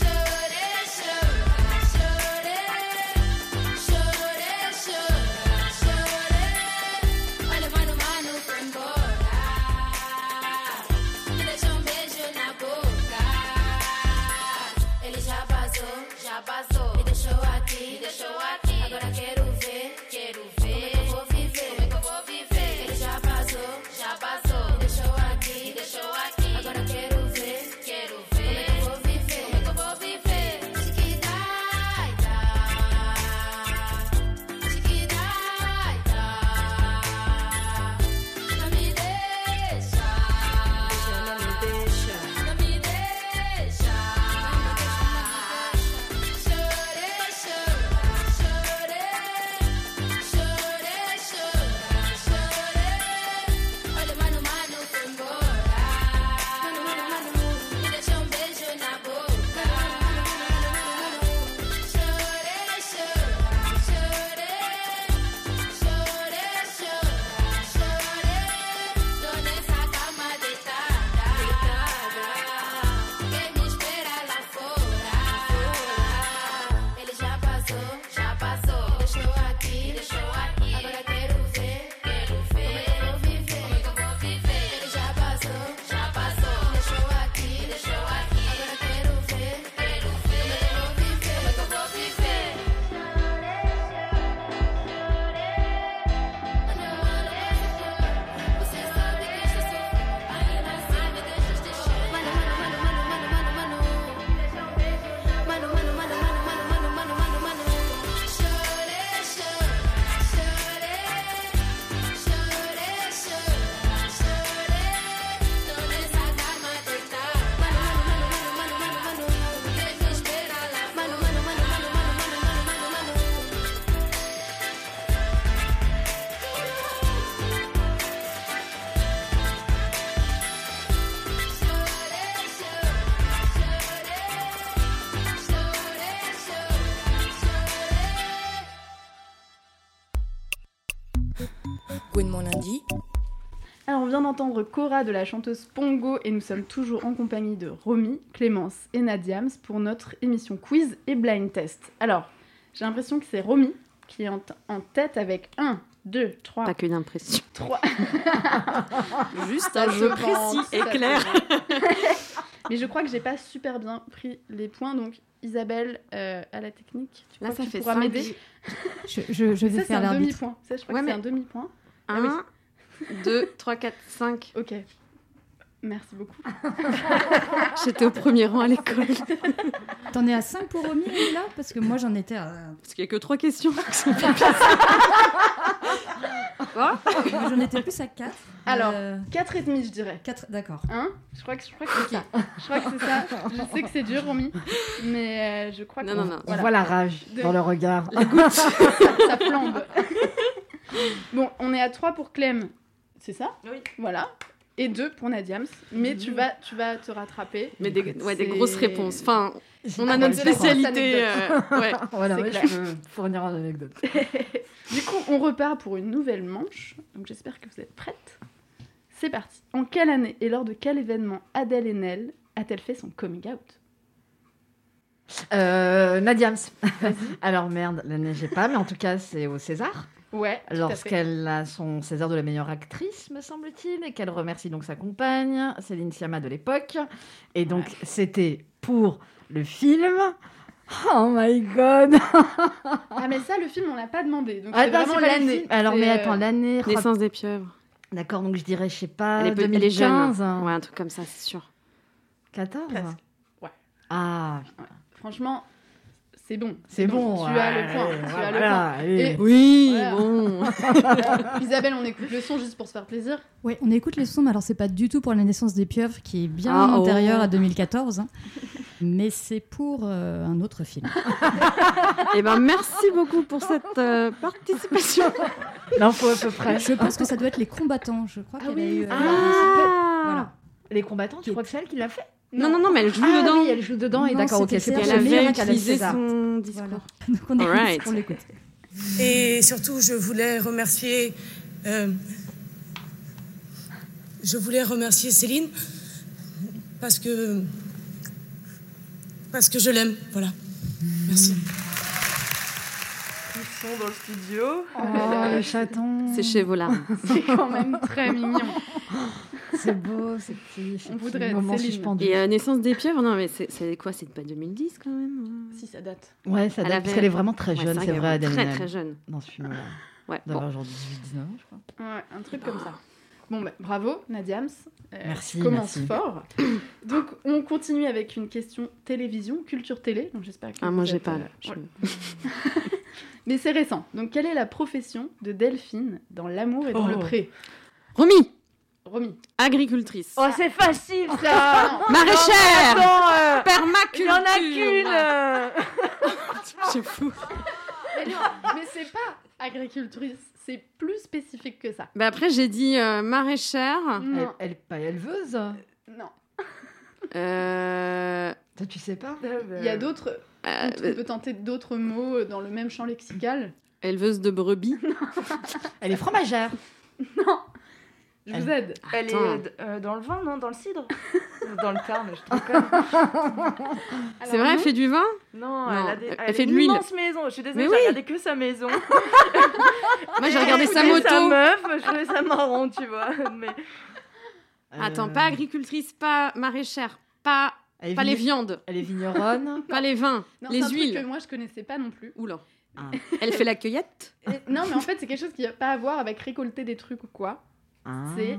Speaker 7: Chorei, chora, chorei. Chorei, chora, chorei. Olha, mano, mano, foi embora. Me deixou um beijo na boca. Ele já vazou, já vazou. Me deixou aqui, me deixou aqui. Agora quero ver, quero ver. Como é que eu vou viver, como é que eu vou viver? Ele já vazou, já vazou. Me deixou aqui, me deixou aqui. Agora quero ver, quero ver. Como é que eu vou viver, como é que eu vou viver? Chiquitaita. Chiquitaita, não me deixa, não me deixa, não me deixa. Chorei, chorei, chorei, é é
Speaker 1: Gwyn mon lundi.
Speaker 2: Alors, on vient d'entendre Cora de la chanteuse Pongo et nous sommes toujours en compagnie de Romy, Clémence et Nadiams pour notre émission quiz et blind test. Alors, j'ai l'impression que c'est Romy qui est en, t- en tête avec 1, 2, 3,
Speaker 3: Pas que d'impression.
Speaker 2: 3.
Speaker 3: Juste un jeu précis et clair.
Speaker 2: Mais je crois que j'ai pas super bien pris les points donc Isabelle euh, à la technique, tu,
Speaker 3: Là,
Speaker 2: crois
Speaker 3: ça
Speaker 2: que tu
Speaker 3: fait
Speaker 2: pourras
Speaker 3: 5
Speaker 2: m'aider.
Speaker 9: Je, je- je vais
Speaker 2: Ça, c'est
Speaker 9: faire
Speaker 2: un
Speaker 9: l'arbitre.
Speaker 2: demi-point. Ça, je crois
Speaker 3: Ouais,
Speaker 2: que
Speaker 3: mais-
Speaker 2: c'est un demi-point. Ah oui.
Speaker 3: 1, 2, 3, 4, 5.
Speaker 2: Ok. Merci
Speaker 3: Ah,
Speaker 2: beaucoup.
Speaker 3: J'étais au premier rang à l'école.
Speaker 9: T'en es à 5 pour Romy, là Parce que moi, j'en étais à...
Speaker 3: Parce qu'il n'y a que trois questions.
Speaker 9: moi, j'en étais plus à 4.
Speaker 3: euh,
Speaker 2: Alors. 4 et demi, je dirais.
Speaker 9: 4, d'accord.
Speaker 2: Hein je crois que je crois que c'est ça. Je crois que c'est ça. Je sais que c'est dur, Romy, mais euh, je crois
Speaker 3: Non,
Speaker 2: que
Speaker 3: non, non.
Speaker 5: On
Speaker 2: Voilà.
Speaker 5: voit la rage
Speaker 2: De-
Speaker 5: dans le regard.
Speaker 2: ça flambe. bon, on est à 3 pour Clem. C'est ça
Speaker 4: Oui.
Speaker 2: Voilà. Et 2 pour Nadiams, mais
Speaker 5: Mmh.
Speaker 2: tu vas tu vas te rattraper.
Speaker 3: Mais des, ouais, des
Speaker 2: C'est-
Speaker 3: grosses réponses. Enfin, on a
Speaker 5: Ah,
Speaker 3: notre
Speaker 5: ouais, je comprends.
Speaker 3: spécialité. euh, ouais.
Speaker 5: Voilà,
Speaker 2: c'est
Speaker 5: ouais,
Speaker 2: clair.
Speaker 5: je peux fournir une anecdote.
Speaker 2: Du coup, on repart pour une nouvelle manche. Donc j'espère que vous êtes prêtes. C'est parti. En quelle année et lors de quel événement Adèle Haenel a-t-elle fait son coming out
Speaker 5: Euh, Nadiams. Alors merde, l'année j'ai pas, mais en tout cas c'est au César.
Speaker 2: Ouais, tout à fait.
Speaker 5: Lorsqu'elle a son César de la meilleure actrice, me semble-t-il, et qu'elle remercie donc sa compagne, Céline Sciamma de l'époque. Et donc c'était pour le film. Oh my god! Ah,
Speaker 2: Ah mais ça le film on l'a pas demandé. Donc c'est
Speaker 5: Attends,
Speaker 2: vraiment
Speaker 5: c'est pas le
Speaker 2: l'année.
Speaker 5: film. Alors,
Speaker 2: C'est,
Speaker 5: mais
Speaker 2: euh,
Speaker 5: attends, l'année.
Speaker 3: Naissance des pieuvres.
Speaker 5: D'accord, donc je dirais, je sais pas,
Speaker 3: Elle est, peu-
Speaker 5: 2015.
Speaker 3: elle est jeune. Ouais, un truc comme ça, c'est sûr.
Speaker 5: 14
Speaker 2: Presque. Ouais.
Speaker 5: Ah,
Speaker 2: Franchement, c'est bon.
Speaker 5: c'est bon.
Speaker 2: Tu as le
Speaker 5: allez,
Speaker 2: point. Tu as le
Speaker 5: voilà,
Speaker 2: point.
Speaker 5: allez.
Speaker 2: Et-
Speaker 3: Oui,
Speaker 2: Voilà.
Speaker 3: bon.
Speaker 2: Isabelle, on écoute le son juste pour se faire plaisir.
Speaker 9: Oui, on écoute les sons, mais alors c'est pas du tout pour la naissance des pieuvres, qui est bien
Speaker 3: Ah, oh.
Speaker 9: antérieure à 2014, hein. mais c'est pour euh, un autre film.
Speaker 3: Eh ben, merci beaucoup pour cette euh, participation.
Speaker 5: L'info à peu près.
Speaker 9: Je pense que ça doit être Les Combattants, je crois
Speaker 2: Ah
Speaker 9: qu'elle
Speaker 2: oui,
Speaker 9: a eu... euh,
Speaker 3: Ah
Speaker 9: Voilà.
Speaker 5: Les combattants, tu crois que c'est elle qui l'a fait
Speaker 3: Non, non, non, mais elle joue
Speaker 5: ah,
Speaker 3: dedans.
Speaker 5: Oui, elle joue dedans, et
Speaker 9: Non,
Speaker 5: d'accord, ok,
Speaker 9: c'était
Speaker 5: c'est
Speaker 9: Serge
Speaker 5: pour
Speaker 3: Elle
Speaker 5: la
Speaker 9: Lemire
Speaker 3: avait
Speaker 5: meilleure qu'elle a
Speaker 3: utilisé
Speaker 5: César.
Speaker 3: son discours.
Speaker 9: Voilà. Donc on écoute,
Speaker 3: Alright.
Speaker 9: on l'écoute.
Speaker 10: Et surtout, je voulais remercier. euh, je voulais remercier Céline parce que. Parce que je l'aime. Voilà. Merci.
Speaker 4: Tous sont dans le studio.
Speaker 5: Oh, le chaton.
Speaker 3: Euh, C'est chez vos larmes.
Speaker 2: C'est quand même très mignon.
Speaker 5: C'est beau, c'est petit.
Speaker 2: On voudrait être
Speaker 5: moment
Speaker 2: Céline.
Speaker 5: suspendu.
Speaker 3: Et euh, Naissance des pieuvres, non, mais c'est- c'est quoi C'est pas 2010 quand même
Speaker 2: si ça date.
Speaker 5: Ouais, ça
Speaker 3: Elle
Speaker 5: date,
Speaker 3: avait-
Speaker 5: parce qu'elle est vraiment très
Speaker 3: Ouais,
Speaker 5: jeune,
Speaker 3: vrai
Speaker 5: c'est
Speaker 3: qu'elle
Speaker 5: vrai,
Speaker 3: est
Speaker 5: Adèle
Speaker 3: Très,
Speaker 5: Haenel,
Speaker 3: très jeune.
Speaker 5: dans ce film-là.
Speaker 3: Ouais.
Speaker 5: D'avoir
Speaker 3: bon.
Speaker 5: genre 18-19 ans, je crois.
Speaker 2: Ouais, un truc comme ça. Bon, bah, bravo, Nadiams. Euh,
Speaker 5: Ah. Merci,
Speaker 2: tu Commence
Speaker 5: merci.
Speaker 2: fort. Donc, on continue avec une question télévision, culture télé. Donc, j'espère que.
Speaker 3: Ah, moi,
Speaker 2: vous
Speaker 3: j'ai
Speaker 2: êtes,
Speaker 3: pas.
Speaker 2: euh,
Speaker 3: là. Je-
Speaker 2: ouais. Mais c'est récent. Donc, quelle est la profession de Delphine dans L'amour et dans le pré
Speaker 3: Romy,
Speaker 2: Romy.
Speaker 3: agricultrice.
Speaker 4: Oh, c'est facile
Speaker 2: Ah,
Speaker 4: ça
Speaker 2: non.
Speaker 3: Maraîchère
Speaker 4: Attends, euh, il
Speaker 3: Permaculture
Speaker 4: y en a qu'une euh.
Speaker 3: C'est fou.
Speaker 2: mais non, mais c'est pas agricultrice. C'est plus spécifique que ça.
Speaker 3: Bah après, j'ai dit euh, maraîchère.
Speaker 5: Elle,
Speaker 2: Non.
Speaker 5: elle est pas éleveuse
Speaker 2: Non.
Speaker 3: Euh,
Speaker 5: Toi, tu sais pas
Speaker 2: Il y a d'autres.
Speaker 3: euh,
Speaker 2: On peut tenter d'autres mots dans le même champ lexical.
Speaker 3: éleveuse de brebis.
Speaker 5: Elle est fromagère.
Speaker 2: Je vous aide.
Speaker 4: Elle est
Speaker 3: Attends.
Speaker 4: euh, dans le vin, non Dans le cidre Dans le tarn, je trouve pas.
Speaker 3: C'est vrai, elle fait du vin
Speaker 4: Non,
Speaker 3: Non,
Speaker 4: elle a des,
Speaker 3: elle
Speaker 4: elle
Speaker 3: fait
Speaker 4: a
Speaker 3: de
Speaker 4: une
Speaker 3: l'huile.
Speaker 4: immense maison. Je suis désolée,
Speaker 3: Mais
Speaker 4: j'ai
Speaker 3: oui.
Speaker 4: regardé que sa maison.
Speaker 3: Moi, j'ai regardé sa moto.
Speaker 4: sa meuf, je trouvais ça marrant, tu vois. Mais
Speaker 3: Attends,
Speaker 5: Euh,
Speaker 3: pas agricultrice, pas maraîchère, pas,
Speaker 5: elle est
Speaker 3: pas les
Speaker 5: vigne-
Speaker 3: viandes,
Speaker 5: Elle est vigneronne.
Speaker 3: pas les vins,
Speaker 2: Non, c'est
Speaker 3: les
Speaker 2: un truc
Speaker 3: huiles.
Speaker 2: que moi je connaissais pas non plus.
Speaker 3: Oula.
Speaker 5: Ah.
Speaker 3: Elle fait la cueillette
Speaker 2: Et- non, mais en fait, c'est quelque chose qui n'a pas à voir avec récolter des trucs ou quoi.
Speaker 5: Ah.
Speaker 2: C'est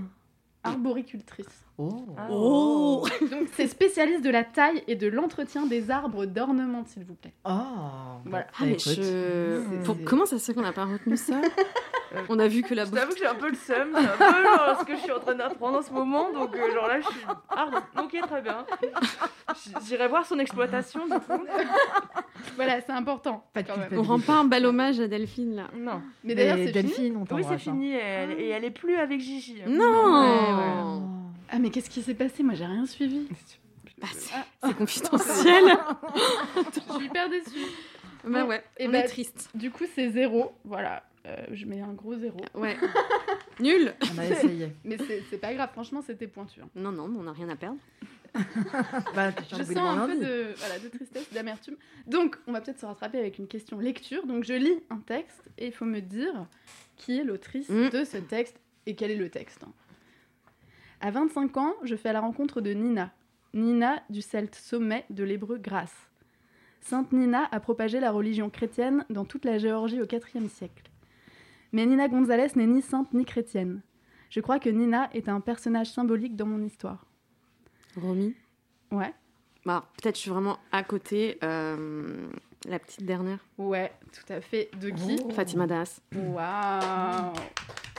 Speaker 2: arboricultrice.
Speaker 5: Oh.
Speaker 2: Ah.
Speaker 4: Oh.
Speaker 2: Donc, c'est spécialiste de la taille et de l'entretien des arbres d'ornement, s'il vous plaît.
Speaker 5: Oh.
Speaker 2: Voilà.
Speaker 3: Ah, mais
Speaker 5: Écoute.
Speaker 3: je...
Speaker 5: C'est-
Speaker 3: Pour- Comment ça se fait qu'on n'a pas retenu ça On a vu que la
Speaker 4: je
Speaker 3: bouche...
Speaker 4: t'avoue que j'ai un peu le seum, c'est un peu genre, ce que je suis en train d'apprendre en ce moment. Donc, euh, genre là, je suis. Ah, ok, très bien. J- J'irai voir son exploitation, du coup.
Speaker 2: Voilà, c'est important.
Speaker 5: Pas de
Speaker 2: quand même.
Speaker 5: culpabilité.
Speaker 3: On rend pas un bel hommage à Delphine, là.
Speaker 4: Non.
Speaker 2: Mais d'ailleurs, c'est
Speaker 5: Delphine,
Speaker 2: fini.
Speaker 5: on
Speaker 4: Oui,
Speaker 5: t'embrasse. hein.
Speaker 4: c'est fini. Elle, et elle est plus avec Gigi.
Speaker 3: Non
Speaker 2: Ah, mais qu'est-ce qui s'est passé Moi, j'ai rien suivi. Ah.
Speaker 3: Bah, c'est- C'est confidentiel
Speaker 2: Je suis hyper déçue.
Speaker 3: Bah ouais,
Speaker 2: Et
Speaker 3: on
Speaker 2: bah-
Speaker 3: est triste.
Speaker 2: Du coup, c'est zéro. Voilà. euh, je mets un gros zéro.
Speaker 3: Ouais. Nul
Speaker 5: On a essayé.
Speaker 2: Mais c'est c'est pas grave, franchement, c'était pointu. hein.
Speaker 3: Non, non, mais on n'a rien à perdre.
Speaker 5: Bah,
Speaker 2: Je sens un peu de, voilà, de tristesse, d'amertume. Donc, on va peut-être se rattraper avec une question lecture. Donc, je lis un texte et il faut me dire qui est l'autrice
Speaker 3: Mm.
Speaker 2: de ce texte et quel est le texte. À 25 ans, je fais la rencontre de Nina. Nina du celte sommet de l'hébreu Grasse. Sainte Nina a propagé la religion chrétienne dans toute la Géorgie au IVe siècle. Mais Nina Gonzalez n'est ni sainte ni chrétienne. Je crois que Nina est un personnage symbolique dans mon histoire.
Speaker 3: Romy
Speaker 2: Ouais.
Speaker 3: Bah, peut-être je suis vraiment à côté. euh, la petite dernière.
Speaker 2: Ouais, tout à fait. De qui
Speaker 5: Oh.
Speaker 3: Fatima Das.
Speaker 2: Waouh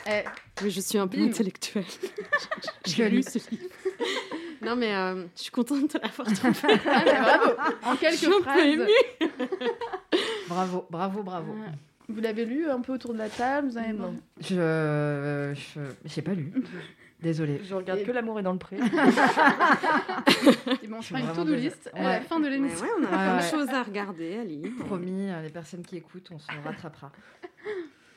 Speaker 2: Eh,
Speaker 3: Mais je suis un peu
Speaker 2: Bim.
Speaker 3: intellectuelle. J'ai
Speaker 5: Joli.
Speaker 3: lu ce livre. Non, mais euh, je suis contente de l'avoir trouvé.
Speaker 2: ah, mais bravo En
Speaker 3: Je
Speaker 2: quelques
Speaker 3: suis un peu
Speaker 2: phrases.
Speaker 3: émue.
Speaker 5: Bravo, bravo, bravo.
Speaker 2: Ouais. Vous l'avez lu un peu autour de la table vous avez...
Speaker 4: Non.
Speaker 5: Je. je- J'ai pas lu. Désolée.
Speaker 4: Je regarde
Speaker 2: Et-
Speaker 4: que l'amour est dans le pré.
Speaker 2: Et bon,
Speaker 5: Je
Speaker 2: on fera
Speaker 5: suis
Speaker 2: une
Speaker 5: vraiment
Speaker 2: to-do
Speaker 5: désolée.
Speaker 2: list à la
Speaker 5: Ouais.
Speaker 2: fin de
Speaker 3: Mais
Speaker 2: l'émission.
Speaker 3: ouais, on a plein de
Speaker 5: Ouais.
Speaker 3: choses à regarder, Ali.
Speaker 5: Promis, euh, les personnes qui écoutent, on se rattrapera.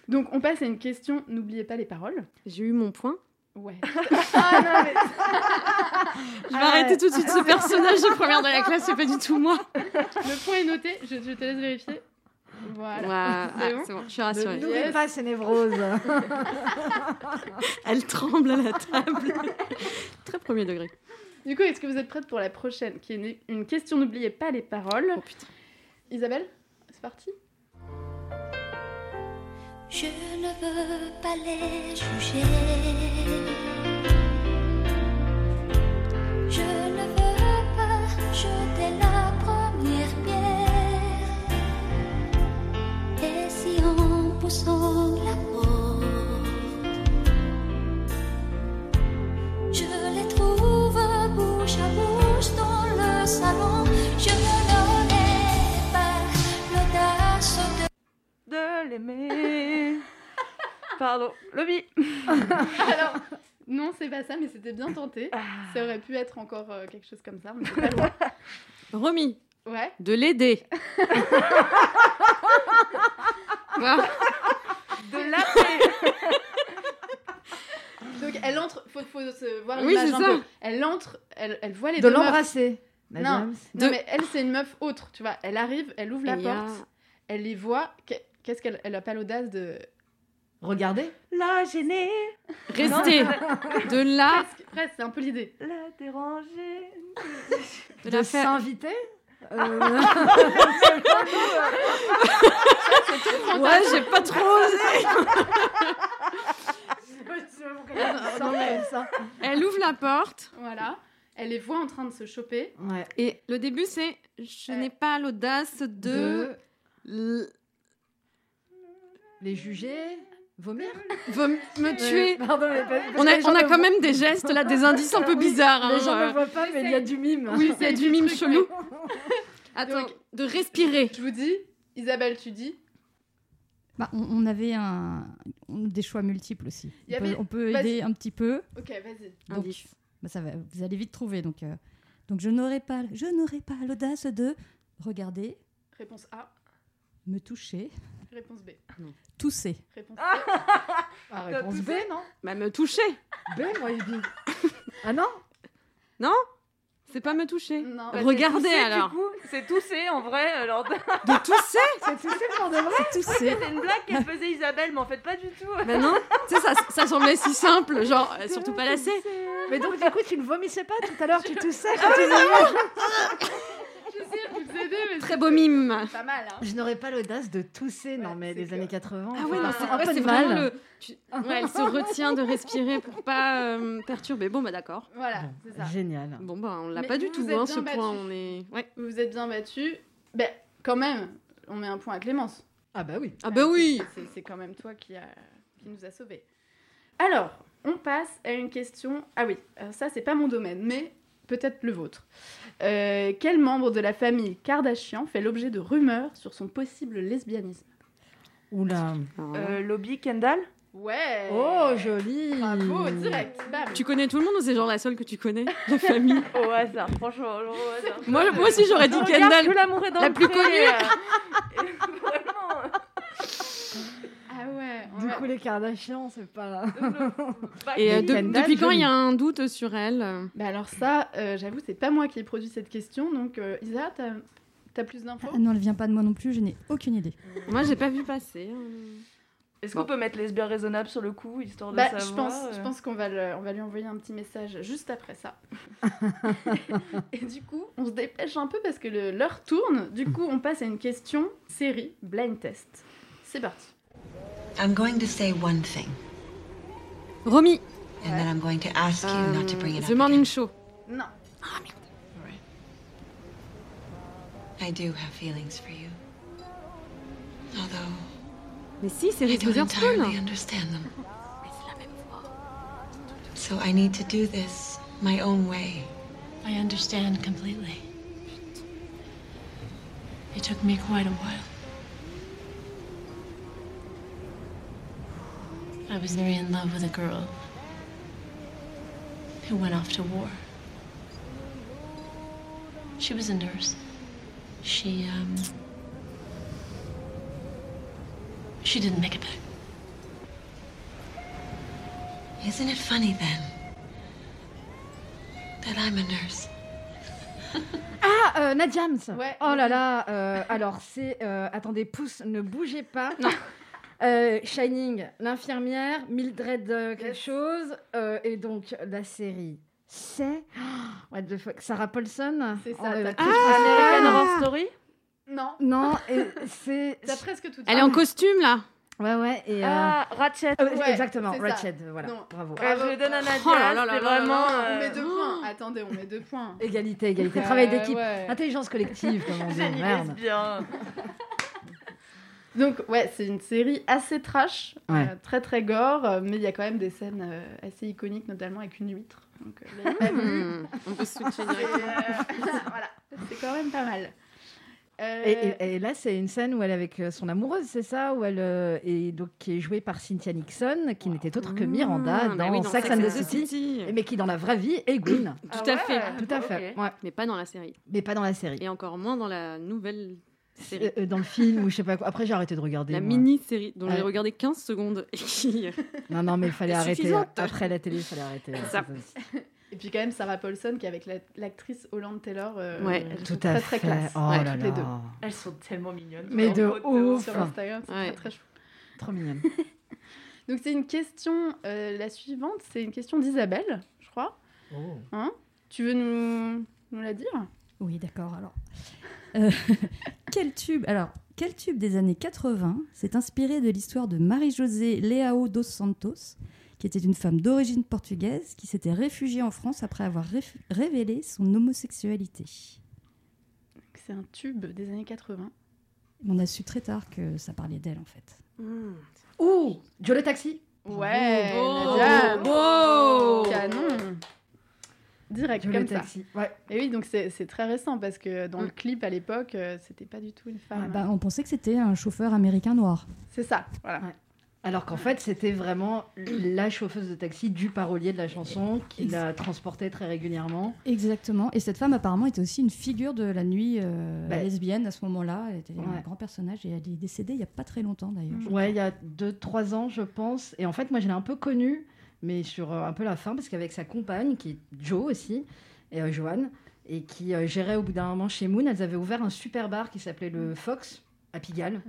Speaker 2: Donc, on passe à une question. N'oubliez pas les paroles.
Speaker 3: J'ai eu mon point.
Speaker 2: Ouais. ah non, Ah mais...
Speaker 3: Je vais arrêter tout de suite ce personnage de première de la classe, c'est pas du tout moi.
Speaker 2: Le point est noté. Je, je te laisse vérifier. Voilà.
Speaker 3: Ouais,
Speaker 2: C'est
Speaker 3: ah,
Speaker 2: bon
Speaker 3: c'est bon, je suis
Speaker 5: Ne
Speaker 3: rassurée.
Speaker 5: nourris
Speaker 2: Yes.
Speaker 5: pas ces névroses.
Speaker 3: Elle tremble à la table. Très premier degré.
Speaker 2: Du coup, est-ce que vous êtes prête pour la prochaine Qui est une- une question. N'oubliez pas les paroles.
Speaker 3: Oh putain.
Speaker 2: Isabelle, c'est parti
Speaker 7: Je ne veux pas les juger. Je ne veux pas jeter la première pierre. Et si en poussant la porte, je les trouve bouche à bouche dans le salon, je n'aurai pas l'audace de
Speaker 4: De l'aimer. Pardon, Lobby.
Speaker 2: Alors, non, c'est pas ça, mais c'était bien tenté.
Speaker 3: Ah.
Speaker 2: Ça aurait pu être encore euh, quelque chose comme ça, mais c'est pas loin.
Speaker 3: Romy,
Speaker 2: Ouais.
Speaker 3: de l'aider. Ah,
Speaker 4: De la paix.
Speaker 2: Donc elle entre, faut, faut se voir
Speaker 3: Oui,
Speaker 2: l'image
Speaker 3: c'est
Speaker 2: un
Speaker 3: ça.
Speaker 2: peu. Elle entre, elle, elle voit les
Speaker 5: De
Speaker 2: deux meufs.
Speaker 5: l'embrasser. Nadia
Speaker 2: Non.
Speaker 5: James.
Speaker 2: Non
Speaker 3: De-
Speaker 2: mais elle c'est une meuf autre, tu vois. Elle arrive, elle ouvre la
Speaker 3: Et il y a-
Speaker 2: porte, elle les voit. Qu'est- Qu'est-ce qu'elle, elle a pas l'audace de.
Speaker 5: Regardez.
Speaker 4: La gêner.
Speaker 3: Rester. De la,
Speaker 2: Presque, presque, c'est un peu l'idée.
Speaker 4: La déranger.
Speaker 3: de
Speaker 5: De
Speaker 3: la faire.
Speaker 5: s'inviter. Euh,
Speaker 3: Ouais, j'ai pas trop osé.
Speaker 5: non, mais ça.
Speaker 3: Elle ouvre la porte
Speaker 2: Voilà. Elle les voit en train de se choper.
Speaker 5: Ouais.
Speaker 3: et le début c'est je n'ai pas l'audace de,
Speaker 5: De
Speaker 3: l-
Speaker 5: les juger, vomir.
Speaker 3: vom- me tuer.
Speaker 5: Pardon, mais pas-
Speaker 3: On a,
Speaker 5: les gens
Speaker 3: on a
Speaker 5: ne
Speaker 3: quand même des gestes là, des indices un peu
Speaker 5: Oui,
Speaker 3: bizarres.
Speaker 5: voient- Les gens
Speaker 3: hein,
Speaker 5: ne voient pas, mais il y a du mime.
Speaker 3: Oui, c'est du mime
Speaker 2: truc,
Speaker 3: chelou. Attends,
Speaker 2: Donc-
Speaker 3: de respirer.
Speaker 2: Je vous dis, Isabelle, tu dis.
Speaker 9: Bah, on, on avait un, on- des choix multiples aussi.
Speaker 2: Il y
Speaker 9: on,
Speaker 2: avait-
Speaker 9: peut, on peut
Speaker 2: vas-y.
Speaker 9: aider un petit peu.
Speaker 2: Ok, vas-y.
Speaker 9: Donc,
Speaker 3: Indice.
Speaker 9: bah, ça va, vous allez vite trouver. Donc, euh, donc je n'aurais pas, je n'aurais pas l'audace de regarder,
Speaker 2: Réponse A.
Speaker 9: me toucher,
Speaker 2: Réponse B.
Speaker 9: tousser.
Speaker 2: Réponse
Speaker 5: Ah, réponse B, non
Speaker 3: Bah, me toucher.
Speaker 5: B, moi, il dit. Ah non
Speaker 3: C'est pas me toucher.
Speaker 2: Non.
Speaker 4: Bah, c'est
Speaker 3: Regardez
Speaker 4: tousser,
Speaker 3: alors.
Speaker 4: Du coup, c'est tousser en vrai. Alors,
Speaker 3: De tousser
Speaker 5: C'est tout ça pour de vrai
Speaker 9: Tousser.
Speaker 4: c'était une blague qu'elle faisait Isabelle, mais en fait pas du tout.
Speaker 3: Bah non, tu sais, ça, ça semblait si simple, genre euh, surtout pas lassé. Ah
Speaker 5: Mais donc, du coup, tu ne vomissais pas tout à l'heure, tu toussais. quand tu disais-
Speaker 2: J'essaie de vous aider, mais
Speaker 3: Très beau mime.
Speaker 2: c'est pas mal. Hein.
Speaker 5: Je n'aurais pas l'audace de tousser. Non,
Speaker 2: Ouais,
Speaker 5: mais
Speaker 2: c'est
Speaker 5: les
Speaker 2: que-
Speaker 5: années 80.
Speaker 3: Ah ouais, non, c'est
Speaker 5: un
Speaker 3: en vrai,
Speaker 5: peu
Speaker 3: c'est
Speaker 5: de mal.
Speaker 3: vraiment le. tu- Ouais, elle se retient de respirer pour pas euh, perturber. Bon, bah d'accord.
Speaker 2: Voilà,
Speaker 5: Bon,
Speaker 2: c'est ça.
Speaker 5: Génial.
Speaker 3: Bon, bah on l'a
Speaker 2: Mais
Speaker 3: pas du
Speaker 2: vous
Speaker 3: tout,
Speaker 2: êtes
Speaker 3: hein,
Speaker 2: bien
Speaker 3: ce
Speaker 2: battus.
Speaker 3: point. On est. Ouais.
Speaker 2: Vous vous êtes bien battu. Ben, quand même, on met un point à Clémence.
Speaker 5: Ah bah oui.
Speaker 3: Ah, bah oui
Speaker 2: C'est- C'est quand même toi qui, a- qui nous a sauvés. Alors, on passe à une question. Ah oui, euh, ça, c'est pas mon domaine, mais peut-être le vôtre. Euh, quel membre de la famille Kardashian fait l'objet de rumeurs sur son possible lesbianisme
Speaker 5: Oula.
Speaker 3: Alors là,
Speaker 4: Euh, Lobby, Kendall
Speaker 2: Ouais
Speaker 5: Oh, joli.
Speaker 2: Bravo, direct Bam
Speaker 3: Tu connais tout le monde ou c'est genre la seule que tu connais La famille
Speaker 4: Au hasard, franchement, au hasard.
Speaker 3: moi, moi aussi j'aurais dit
Speaker 4: Regarde que
Speaker 3: Kendall.
Speaker 4: l'amour est dans
Speaker 3: la
Speaker 4: le
Speaker 3: plus
Speaker 4: pré, euh. Vraiment.
Speaker 2: Ah ouais
Speaker 5: coup, les Kardashians, c'est pas.
Speaker 2: Bah,
Speaker 3: Et euh, de-
Speaker 2: Kendall,
Speaker 3: depuis quand il y a
Speaker 2: jolie.
Speaker 3: un doute sur elle euh,
Speaker 2: Bah alors ça, euh, j'avoue, c'est pas moi qui ai produit cette question, donc euh, Isa, t'as as plus d'infos
Speaker 9: Ah non, elle vient pas de moi non plus, je n'ai aucune idée.
Speaker 3: Moi, j'ai pas vu passer. hein.
Speaker 4: Est-ce qu'on peut mettre lesbien raisonnable sur le coup, histoire de
Speaker 2: Bah,
Speaker 4: savoir
Speaker 2: je pense,
Speaker 4: euh,
Speaker 2: je pense qu'on va, le- on va lui envoyer un petit message juste après ça. et du coup, on se dépêche un peu parce que le- l'heure tourne. Du coup, on passe à une question série blind test. C'est parti.
Speaker 11: I'm going to say one thing,
Speaker 3: Romy, Um,
Speaker 11: and then I'm going to ask you not to bring it
Speaker 3: The
Speaker 11: up.
Speaker 3: Morning Show.
Speaker 2: Non.
Speaker 11: I do have feelings for you. Although
Speaker 3: Mais si, c'est Reese
Speaker 11: I don't
Speaker 3: Witherspoon.
Speaker 11: entirely understand them. So I need to do this my own way.
Speaker 12: I understand completely. It took me quite a while. I was very in love with a girl who went off to war. She was a nurse. She, um. She didn't make it back.
Speaker 11: Isn't it funny then that I'm a nurse?
Speaker 5: Ah, euh, Nadjams Oh là
Speaker 11: Nadia.
Speaker 5: là euh, Alors, c'est. euh, attendez, pouce, ne bougez pas. Euh, Shining, l'infirmière, Mildred euh, quelque chose, euh, et donc la série, c'est. Oh, what the fuck Sarah Paulson
Speaker 2: C'est
Speaker 5: Oh, euh,
Speaker 2: ça. t'as
Speaker 5: l'actrice
Speaker 2: presque-
Speaker 5: principale.
Speaker 3: Ah
Speaker 4: Story
Speaker 2: Ah Non.
Speaker 5: Non, et c'est.
Speaker 2: T'as presque tout dit.
Speaker 3: Elle est en costume là
Speaker 5: Ouais, ouais. Et,
Speaker 4: Ah, Ratchet.
Speaker 5: euh, exactement,
Speaker 2: c'est ça.
Speaker 5: Ratched, voilà.
Speaker 2: Non.
Speaker 5: Bravo.
Speaker 4: Ouais, je le donne à Nadia,
Speaker 5: Oh là là
Speaker 4: c'était
Speaker 5: là là
Speaker 4: vraiment...
Speaker 5: là.
Speaker 2: On
Speaker 4: euh,
Speaker 2: met deux points. Attendez, on met deux points.
Speaker 5: Égalité, égalité,
Speaker 2: Ouais,
Speaker 5: travail d'équipe,
Speaker 2: ouais.
Speaker 5: intelligence collective, comme on dit.
Speaker 4: Jenny
Speaker 5: Ah, Merde.
Speaker 4: Lesbien.
Speaker 2: Donc ouais, c'est une série assez trash,
Speaker 5: Ouais.
Speaker 2: euh, très très gore, euh, mais il y a quand même des scènes euh, assez iconiques, notamment avec une huître. Donc, euh, là, il y a pas vu.
Speaker 3: On peut switcher
Speaker 2: Et, euh,
Speaker 3: directement.
Speaker 2: voilà, c'est quand même pas mal. Euh,
Speaker 5: Et, et- et là, c'est une scène où elle est avec euh, son amoureuse, c'est ça où elle, euh, Et donc, qui est jouée par Cynthia Nixon, qui n'était autre que Miranda
Speaker 3: Ah,
Speaker 5: dans,
Speaker 3: bah oui, dans
Speaker 5: Sex and the City, et- mais qui dans la vraie vie est Gwyn.
Speaker 3: Tout
Speaker 2: Ah
Speaker 3: à
Speaker 2: ouais
Speaker 3: fait.
Speaker 5: Tout à fait, ouais.
Speaker 3: Mais pas dans la série.
Speaker 5: mais pas dans la série.
Speaker 3: Et encore moins dans la nouvelle série.
Speaker 5: Euh, euh, dans le film ou je sais pas quoi. Après, j'ai arrêté de regarder.
Speaker 3: La
Speaker 5: moi.
Speaker 3: mini-série dont j'ai
Speaker 5: Ouais.
Speaker 3: regardé 15 secondes et qui. euh,
Speaker 5: Non, non, mais il fallait
Speaker 3: est
Speaker 5: arrêter.
Speaker 3: suffisante.
Speaker 5: Après la télé, il fallait arrêter.
Speaker 3: C'est ça.
Speaker 2: et puis quand même Sarah Paulson qui est avec la- l'actrice Hollande Taylor. euh,
Speaker 3: Ouais.
Speaker 2: elles
Speaker 5: Tout
Speaker 2: sont
Speaker 5: à
Speaker 2: très, Très
Speaker 5: fait.
Speaker 2: classe.
Speaker 5: Oh
Speaker 2: Ouais,
Speaker 5: là
Speaker 2: toutes les
Speaker 5: là.
Speaker 2: deux.
Speaker 4: Elles sont tellement mignonnes.
Speaker 5: Mais
Speaker 4: Leur
Speaker 5: de
Speaker 4: photo
Speaker 5: ouf.
Speaker 2: Sur Instagram, c'est
Speaker 3: Ouais.
Speaker 2: très très chou.
Speaker 5: Trop mignonne.
Speaker 2: Donc c'est une question, euh, la suivante, c'est une question d'Isabelle, je crois. Hein tu veux nous, nous la dire
Speaker 9: Oui, d'accord. Alors, Euh, quel tube Alors, quel tube des années 80 s'est inspiré de l'histoire de Marie-José Leao dos Santos, qui était une femme d'origine portugaise qui s'était réfugiée en France après avoir réf- révélé son homosexualité.
Speaker 2: C'est un tube des années 80.
Speaker 9: On a su très tard que ça parlait d'elle en fait.
Speaker 5: Mmh. Ouh, Joe le taxi.
Speaker 2: Ouais,
Speaker 3: Bravo.
Speaker 2: Eh, Nadia.
Speaker 3: Bravo.
Speaker 2: Canon Direct,
Speaker 5: Joe le
Speaker 2: comme ça.
Speaker 5: taxi. Ouais. Mmh.
Speaker 2: Et oui, donc c'est c'est très récent parce que dans le clip à l'époque, euh, c'était pas du tout une femme.
Speaker 9: Ah bah, on pensait que c'était un chauffeur américain noir.
Speaker 2: C'est ça, voilà.
Speaker 5: Alors qu'en fait, c'était vraiment la chauffeuse de taxi du parolier de la chanson qui la transportait très régulièrement.
Speaker 9: Exactement. Et cette femme apparemment était aussi une figure de la nuit euh,
Speaker 5: Bah,
Speaker 9: lesbienne à ce moment-là. Elle était
Speaker 5: ouais.
Speaker 9: un grand personnage et elle est décédée il y a pas très longtemps d'ailleurs.
Speaker 5: Ouais, il y a 2-3 ans, je pense. Et en fait, moi, je l'ai un peu connue, mais sur euh, un peu la fin, parce qu'avec sa compagne, qui est Joe aussi, et euh, Joanne, et qui euh, gérait au bout d'un moment chez Moon, elles avaient ouvert un super bar qui s'appelait le Fox à Pigalle.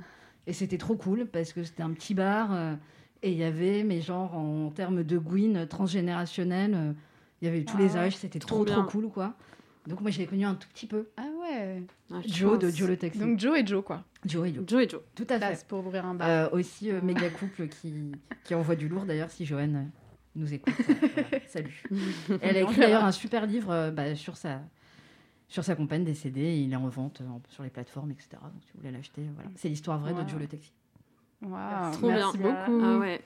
Speaker 5: Et c'était trop cool, parce que c'était un petit bar, euh, et il y avait, mais genre, en termes de Gwyn euh, transgénérationnel, euh, il y avait tous les
Speaker 2: Waouh.
Speaker 5: âges, c'était
Speaker 3: Ah
Speaker 5: trop,
Speaker 3: Trop
Speaker 5: trop
Speaker 3: bien.
Speaker 5: cool, quoi. Donc, moi, je l'ai connue un tout petit peu.
Speaker 2: Ah ouais.
Speaker 3: Ah, je
Speaker 5: Joe de
Speaker 3: pense.
Speaker 5: Joe le Taxi.
Speaker 2: Donc Joe et Joe, quoi.
Speaker 5: Joe et Joe.
Speaker 3: Joe et Joe.
Speaker 5: Tout à fait.
Speaker 2: Place pour ouvrir un bar.
Speaker 5: Euh, aussi euh, méga couple qui, qui envoie du lourd d'ailleurs si Joanne euh, nous écoute. euh, voilà. Salut. Elle a écrit d'ailleurs un super livre euh, bah, sur sa sur sa compagne décédée. et Il est en vente euh, en- sur les plateformes etc. Donc si vous voulez l'acheter, voilà. C'est l'histoire vraie
Speaker 2: Wow.
Speaker 5: de Joe le taxi.
Speaker 2: Waouh,
Speaker 3: Trop
Speaker 2: merci
Speaker 3: bien.
Speaker 2: beaucoup.
Speaker 3: Ah ouais.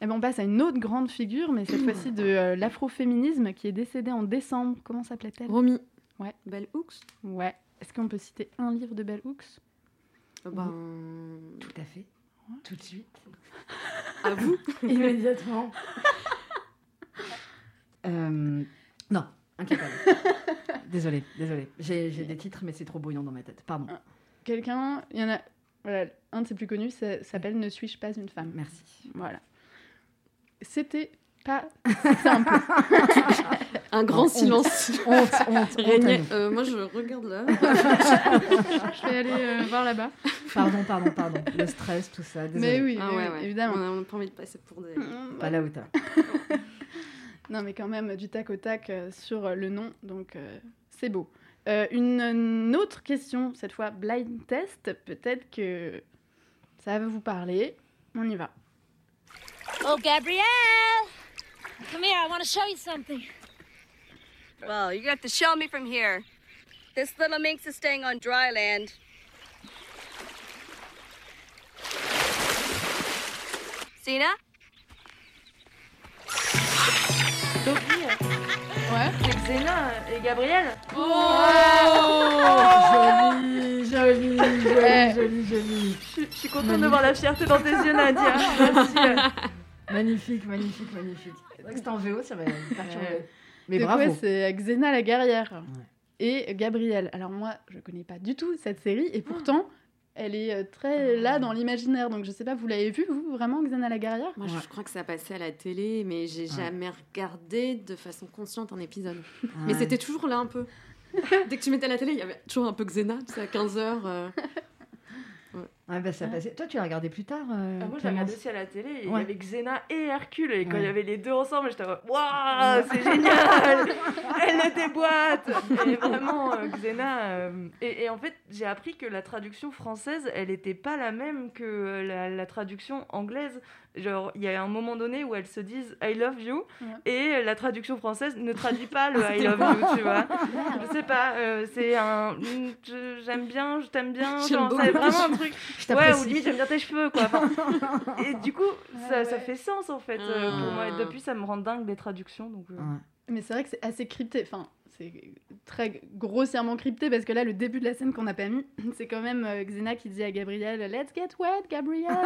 Speaker 2: Eh ben, on passe à une autre grande figure, mais cette fois-ci de euh, l'afroféminisme qui est décédée en décembre. Comment s'appelait-elle
Speaker 3: Romy.
Speaker 2: Ouais.
Speaker 3: Belle Hooks.
Speaker 2: Ouais. Est-ce qu'on peut citer un livre de Bell Hooks
Speaker 3: Ah Ben.
Speaker 5: Tout à fait. Tout de suite.
Speaker 2: Ah,
Speaker 3: À vous.
Speaker 5: Immédiatement. Euh, non, incapable.
Speaker 2: Ah.
Speaker 5: Désolée, désolée. J'ai j'ai des titres mais c'est trop bouillant dans ma tête. Pardon.
Speaker 2: Quelqu'un Il y en a Voilà, un de ses plus connus ça- s'appelle Ne suis-je pas une femme
Speaker 5: Merci.
Speaker 2: Voilà. C'était pas simple.
Speaker 3: Un grand silence.
Speaker 5: Honte, honte,
Speaker 3: Régnait- euh, moi, je regarde là.
Speaker 2: je vais aller euh, voir là-bas.
Speaker 5: Pardon, pardon, pardon. Le stress, tout ça.
Speaker 2: Mais
Speaker 5: Désolée.
Speaker 2: oui,
Speaker 3: Ah
Speaker 2: oui,
Speaker 3: ouais,
Speaker 2: oui,
Speaker 3: ouais.
Speaker 2: évidemment. Mmh,
Speaker 3: On n'a pas envie de passer pour des.
Speaker 5: Pas là où t'as.
Speaker 2: Non, mais quand même, du tac au tac euh, sur le nom, donc euh, c'est beau. Euh, une, une autre question, cette fois blind test, peut-être que ça va vous parler. On y va.
Speaker 13: Oh, Gabrielle! Come here, I want to show you something.
Speaker 14: Well, you're gonna have to show me from here. This little minx is staying on dry land. Sina?
Speaker 4: Sophie euh. Ouais C'est Xena et Gabriel Oh,
Speaker 3: Oh,
Speaker 5: Joli, joli,
Speaker 4: Ouais.
Speaker 5: joli, joli, joli.
Speaker 4: Je suis- je suis contente de voir la fierté dans tes yeux, Nadia. Merci.
Speaker 5: Magnifique, magnifique, magnifique. C'est vrai que c'était en VO, ça m'a perturbé.
Speaker 2: Ouais.
Speaker 5: Mais
Speaker 2: De quoi
Speaker 5: bravo.
Speaker 2: C'est Xena la guerrière et Gabrielle. Alors moi, je connais pas du tout cette série et pourtant, elle est euh, très là dans l'imaginaire. Donc je sais pas, vous l'avez vue vous vraiment Xena la guerrière
Speaker 3: Moi, je crois que ça passait à la télé, mais j'ai jamais regardé de façon consciente un épisode.
Speaker 5: Ah
Speaker 3: Mais
Speaker 2: Ouais.
Speaker 3: c'était toujours là un peu. Dès que tu mettais la télé, il y avait toujours un peu Xena, c'est à euh. 15h.
Speaker 5: Ouais, bah, ça passait. Toi, tu l'as regardé plus tard. euh,
Speaker 4: Ah, moi, j'ai
Speaker 5: Clémence.
Speaker 4: regardé aussi à la télé, il
Speaker 5: Ouais.
Speaker 4: y avait Xena et Hercule, et quand
Speaker 5: Ouais.
Speaker 4: il y avait les deux ensemble, j'étais en mode, Waouh, c'est génial Elle le déboîte Et vraiment, euh, Xena. euh, Et, et en fait, j'ai appris que la traduction française, elle n'était pas la même que euh, la, la traduction anglaise. Genre, il y a un moment donné où elles se disent I love you,
Speaker 2: Ouais.
Speaker 4: et la traduction française ne traduit pas
Speaker 5: Ah,
Speaker 4: le I love you, tu vois. Je sais pas, euh, c'est un. mm, je- J'aime bien, je t'aime bien,
Speaker 5: J'aime
Speaker 4: genre, c'est
Speaker 5: beaucoup.
Speaker 4: vraiment un truc.
Speaker 5: Je
Speaker 4: Ouais,
Speaker 5: t'apprécie.
Speaker 4: ou dis, j'aime bien tes cheveux, quoi. Enfin, et du coup,
Speaker 3: Ah
Speaker 4: ça, ça fait sens en fait euh, pour
Speaker 5: Ah.
Speaker 4: moi. Et depuis, ça me rend dingue les traductions. Donc, euh,
Speaker 2: Mais c'est vrai que c'est assez crypté. Enfin, c'est très grossièrement crypté parce que là, le début de la scène qu'on n'a pas mis, c'est quand même euh, Xena qui dit à Gabrielle Let's get wet, Gabrielle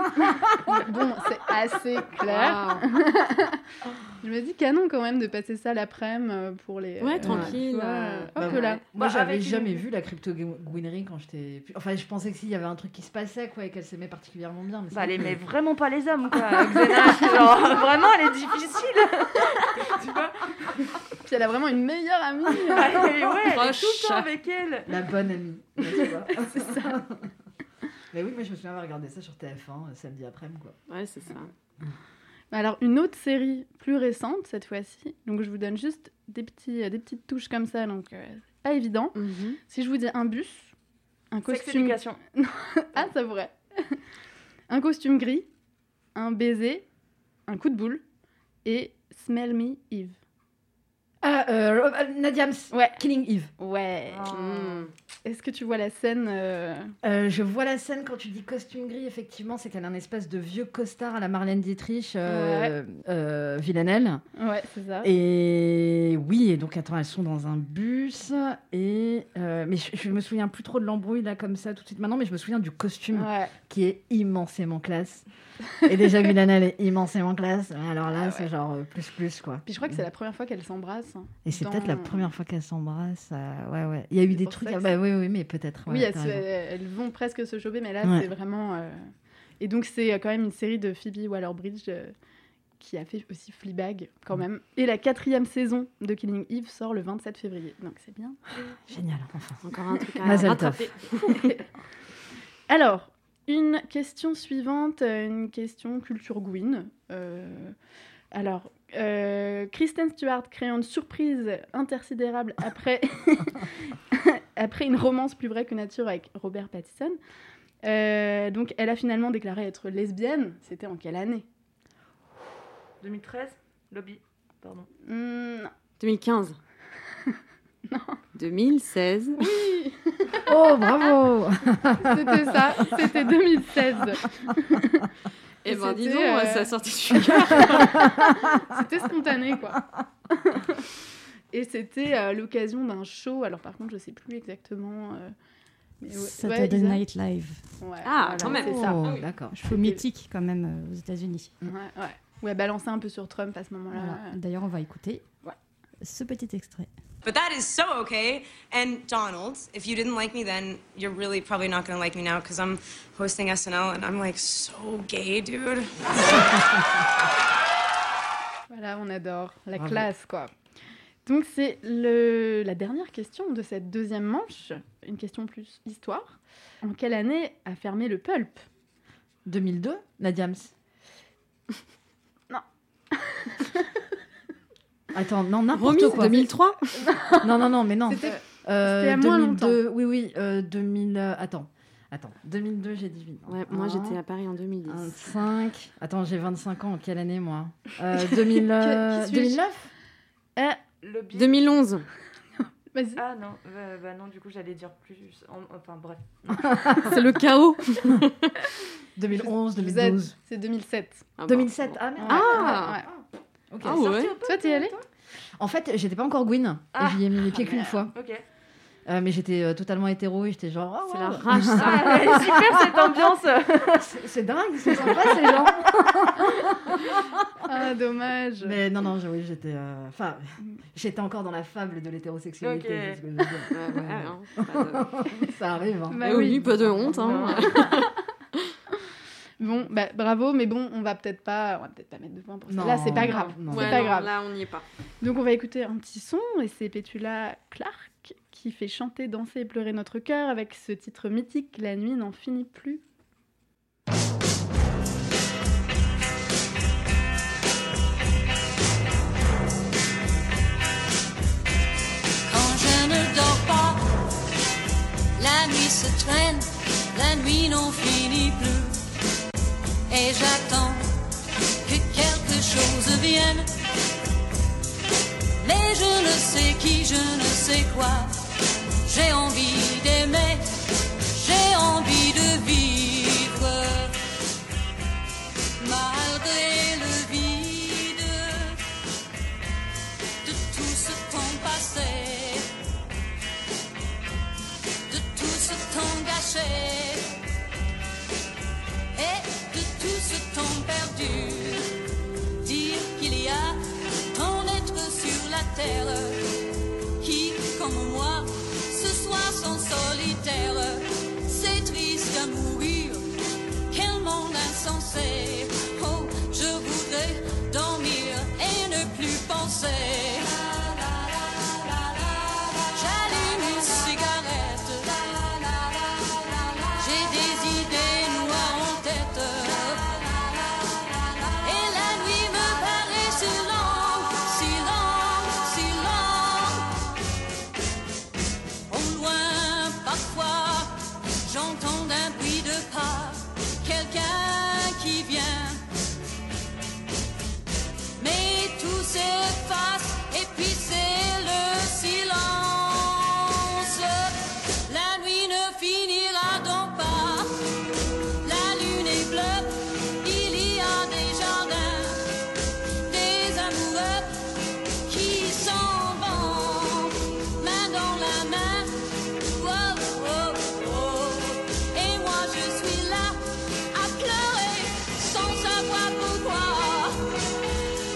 Speaker 2: Bon, c'est assez clair. Je me dis canon quand même de passer ça l'après-midi euh, pour les.
Speaker 3: Ouais,
Speaker 2: euh,
Speaker 3: tranquille,
Speaker 2: tu vois,
Speaker 3: euh,
Speaker 2: hop
Speaker 5: Bah,
Speaker 2: là.
Speaker 5: Moi,
Speaker 2: Bah,
Speaker 5: j'avais
Speaker 2: avec une-
Speaker 5: jamais vu la crypto gouinerie quand j'étais. plus- Enfin, je pensais que s'il y avait un truc qui se passait, quoi, et qu'elle s'aimait particulièrement bien. Mais
Speaker 4: Bah, elle aimait
Speaker 5: mais
Speaker 4: vraiment pas les hommes, quoi. Xena, genre, vraiment, elle est difficile.
Speaker 2: Puis elle a vraiment une meilleure amie. euh.
Speaker 4: Et Ah, ouais, elle est tout le temps avec elle.
Speaker 5: La bonne amie. là, tu vois. Mais oui, moi, je me souviens avoir regardé ça sur TF1 euh, samedi après-midi, quoi.
Speaker 3: Ouais, c'est ça.
Speaker 2: Alors, une autre série plus récente cette fois-ci. Donc, je vous donne juste des, petits, euh, des petites touches comme ça, donc euh, c'est pas évident.
Speaker 5: Mhm.
Speaker 2: Si je vous dis un bus, un
Speaker 4: Sex
Speaker 2: costume.
Speaker 4: Education.
Speaker 2: Non. ah, ça pourrait. un costume gris, un baiser, un coup de boule et Smell Me Eve.
Speaker 5: Ah, euh, Rob- euh, Nadia Hams.
Speaker 2: Ouais.
Speaker 5: Killing Eve. Ah.
Speaker 2: Ouais. Est-ce que tu vois la scène euh,
Speaker 5: Euh, je vois la scène quand tu dis costume gris, effectivement, c'est qu'elle a un espèce de vieux costard à la Marlène Dietrich, euh, euh, Villanelle.
Speaker 2: Ouais, c'est ça.
Speaker 5: Et oui, et donc attends, elles sont dans un bus. Et euh, mais je, je me souviens plus trop de l'embrouille là comme ça tout de suite maintenant, mais je me souviens du costume
Speaker 2: Ouais.
Speaker 5: qui est immensément classe. Et déjà Villanelle est immensément classe. mais Alors là, c'est genre euh, plus plus quoi.
Speaker 2: Ah Puis je crois que c'est la première fois qu'elle s'embrasse. hein,
Speaker 5: Et c'est
Speaker 2: dans-
Speaker 5: peut-être la première fois qu'elles s'embrassent. euh, ouais ouais. Il y a eu des
Speaker 2: pour
Speaker 5: trucs.
Speaker 2: ça que
Speaker 5: ah bah oui oui, mais peut-être. ouais,
Speaker 2: oui, elles,
Speaker 5: t'as
Speaker 2: se-
Speaker 5: raison.
Speaker 2: elles vont presque se choper, mais là,
Speaker 5: Ouais.
Speaker 2: c'est vraiment. euh, Et donc, c'est euh, quand même une série de Phoebe Waller-Bridge euh, qui a fait aussi Fleabag, quand
Speaker 5: Mm.
Speaker 2: même. Et la quatrième saison de Killing Eve sort le 27 février. Donc, c'est bien.
Speaker 5: Génial. Enfin.
Speaker 3: Encore un truc à
Speaker 5: Mazel tov.
Speaker 3: rattraper.
Speaker 2: Alors, une question suivante, euh, une question culture Gwyn. Euh, alors, euh, Kristen Stewart créant une surprise intersidérable après, après une romance plus vraie que nature avec Robert Pattinson. Euh, donc, elle a finalement déclaré être lesbienne. C'était en quelle année
Speaker 4: 2013, Lobby. Pardon.
Speaker 2: Hmm,
Speaker 3: 2015. 2016.
Speaker 2: Oui
Speaker 5: Oh, bravo
Speaker 2: C'était ça, c'était 2016.
Speaker 3: Eh ben, dis
Speaker 2: C'était,
Speaker 3: donc,
Speaker 2: euh,
Speaker 3: ça a sorti du
Speaker 2: C'était spontané, quoi. Et c'était euh, l'occasion d'un show. Alors, par contre, je sais plus exactement. euh, mais ouais- ouais,
Speaker 9: Saturday
Speaker 2: Isa-
Speaker 9: Night Live.
Speaker 2: Ouais, voilà,
Speaker 9: Ah, quand même.
Speaker 2: c'est ça.
Speaker 9: Oh, d'accord. Cheveux mythique quand même euh, aux États-Unis.
Speaker 2: Ouais, ouais. Ouais, balancer un peu sur Trump à ce moment-là.
Speaker 9: Voilà. D'ailleurs, on va écouter.
Speaker 2: Ouais.
Speaker 9: ce petit extrait.
Speaker 15: But that is so okay. And Donald, if you didn't like me then, you're really probably not gonna like me now because I'm hosting SNL and I'm like so gay, dude.
Speaker 2: Euh, Voilà, on adore. La
Speaker 15: Bravo.
Speaker 2: classe, quoi. Donc, c'est le- la dernière question de cette deuxième manche. Une question plus histoire. En quelle année a fermé le pulp
Speaker 5: 2002, Nadiams
Speaker 2: Non.
Speaker 5: Attends, non, n'importe
Speaker 2: Remise,
Speaker 5: quoi.
Speaker 2: 2003?
Speaker 5: Non, non, non, mais non.
Speaker 2: C'était-
Speaker 5: Euh,
Speaker 2: c'était il y a moins
Speaker 5: 2002, Oui, oui, euh, 2000. euh, attends, attends. 2002, j'ai 18 ans.
Speaker 3: Ouais, moi,
Speaker 5: Un,
Speaker 3: j'étais à Paris en 2010.
Speaker 5: 25. Attends, j'ai 25 ans. En quelle année, moi Euh, 2000,
Speaker 3: Que- qui
Speaker 5: euh,
Speaker 3: suis-je
Speaker 5: 2009
Speaker 4: Le biais-
Speaker 3: 2011.
Speaker 4: Ah non, bah, bah non, du coup j'allais dire plus. en- Enfin bref.
Speaker 3: C'est le chaos.
Speaker 5: 2011,
Speaker 2: Vous êtes- C'est 2007.
Speaker 3: Ah bon.
Speaker 5: 2007. Ah, merde.
Speaker 3: Ah.
Speaker 2: Ouais, ouais.
Speaker 5: Ok.
Speaker 3: Ah ouais.
Speaker 2: Toi, t'es allée
Speaker 5: En fait, j'étais pas encore Gwyn.
Speaker 2: Ah.
Speaker 5: et J'y ai mis les pieds
Speaker 2: Ah,
Speaker 5: qu'une
Speaker 2: merde.
Speaker 5: fois.
Speaker 4: Ok.
Speaker 5: Euh, mais j'étais euh, totalement hétéro et j'étais genre. oh,
Speaker 3: C'est la rage, ça. Ah,
Speaker 4: elle est super, cette ambiance.
Speaker 5: C'est- C'est dingue, c'est sympa ces gens.
Speaker 2: ah, dommage.
Speaker 5: Mais non, non, je- oui, j'étais. euh, Enfin, j'étais encore dans la fable de l'hétérosexualité.
Speaker 3: Ok.
Speaker 5: c'est ce que je veux dire.
Speaker 3: Ouais, ouais, hein, pas
Speaker 5: Ça arrive. Hein.
Speaker 2: Bah Eh oui, oui.
Speaker 3: pas de honte, hein.
Speaker 2: Bon, bah, bravo, mais bon, on va peut-être pas, on va peut-être pas mettre de points pour ça.
Speaker 5: Non,
Speaker 2: Là, c'est pas grave.
Speaker 5: non.
Speaker 2: C'est
Speaker 5: Ouais,
Speaker 2: pas
Speaker 5: non,
Speaker 2: grave.
Speaker 3: là, on n'y est pas.
Speaker 2: Donc, on va écouter un petit son et c'est Petula Clark qui fait chanter, danser et pleurer notre cœur avec ce titre mythique La nuit n'en finit plus.
Speaker 16: Quand je ne dors pas, la nuit se traîne, la nuit n'en finit plus. Et j'attends que quelque chose vienne. Mais je ne sais qui, je ne sais quoi. J'ai envie d'aimer, j'ai envie de vivre. Malgré le vide de tout ce temps passé, de tout ce temps gâché, et de tout ce temps perdu. Dire qu'il y a tant d'êtres sur la terre qui, comme moi, ce soir sont solitaires. C'est triste à mourir, quel monde insensé. Oh, je voudrais dormir et ne plus penser. J'allume une cigarette. J'ai des idées noires en tête. Et la nuit me paraît si longue, si longue, si longue. Au loin, parfois, j'entends un bruit de pas. Quelqu'un qui vient. Mais tout s'efface et puis c'est le silence. La nuit ne finira donc pas. La lune est bleue, il y a des jardins, des amoureux qui s'en vont, main dans la main. Wow, wow, wow. oh. Et moi je suis là à pleurer sans savoir pourquoi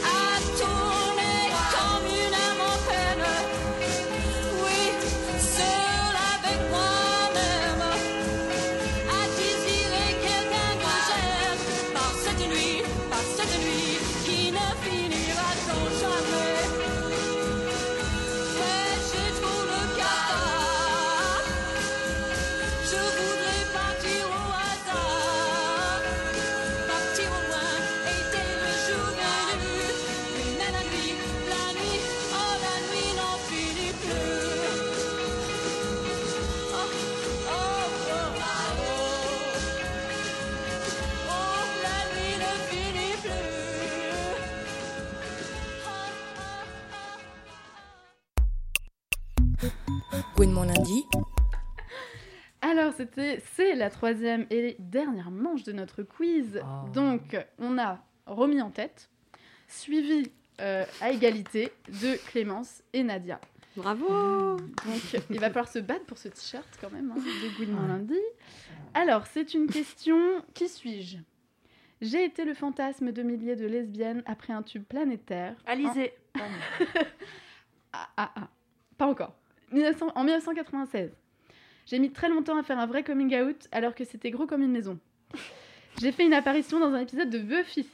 Speaker 16: à tourner comme une âme en peine. Oui, seul avec moi-même, à désirer quelqu'un que j'aime par cette nuit, par cette nuit qui ne finira donc jamais. Ouais, je trouve le cas. Je voudrais partir au hasard, partir au loin, aider le jour venu. Oui, mais la nuit, la nuit, oh la nuit n'en finit plus. Oh, oh, oh, oh, oh, la nuit ne finit plus.
Speaker 1: Gwen mon lundi.
Speaker 2: Alors, c'était, c'est la troisième et dernière manche de notre quiz. Donc, on a remis en tête, suivi euh, à égalité de Clémence et Nadia. Euh,
Speaker 3: Bravo
Speaker 2: Donc, il va falloir se battre pour ce t-shirt quand même, hein, de Gouinement lundi. Alors, c'est une question qui suis-je J'ai été le fantasme de milliers de lesbiennes après un tube planétaire.
Speaker 4: Alizée.
Speaker 2: En... Ah, ah, ah. Pas encore. 1900 en 1996. J'ai mis très longtemps à faire un vrai coming out alors que c'était gros comme une maison. J'ai fait une apparition dans un épisode de Buffy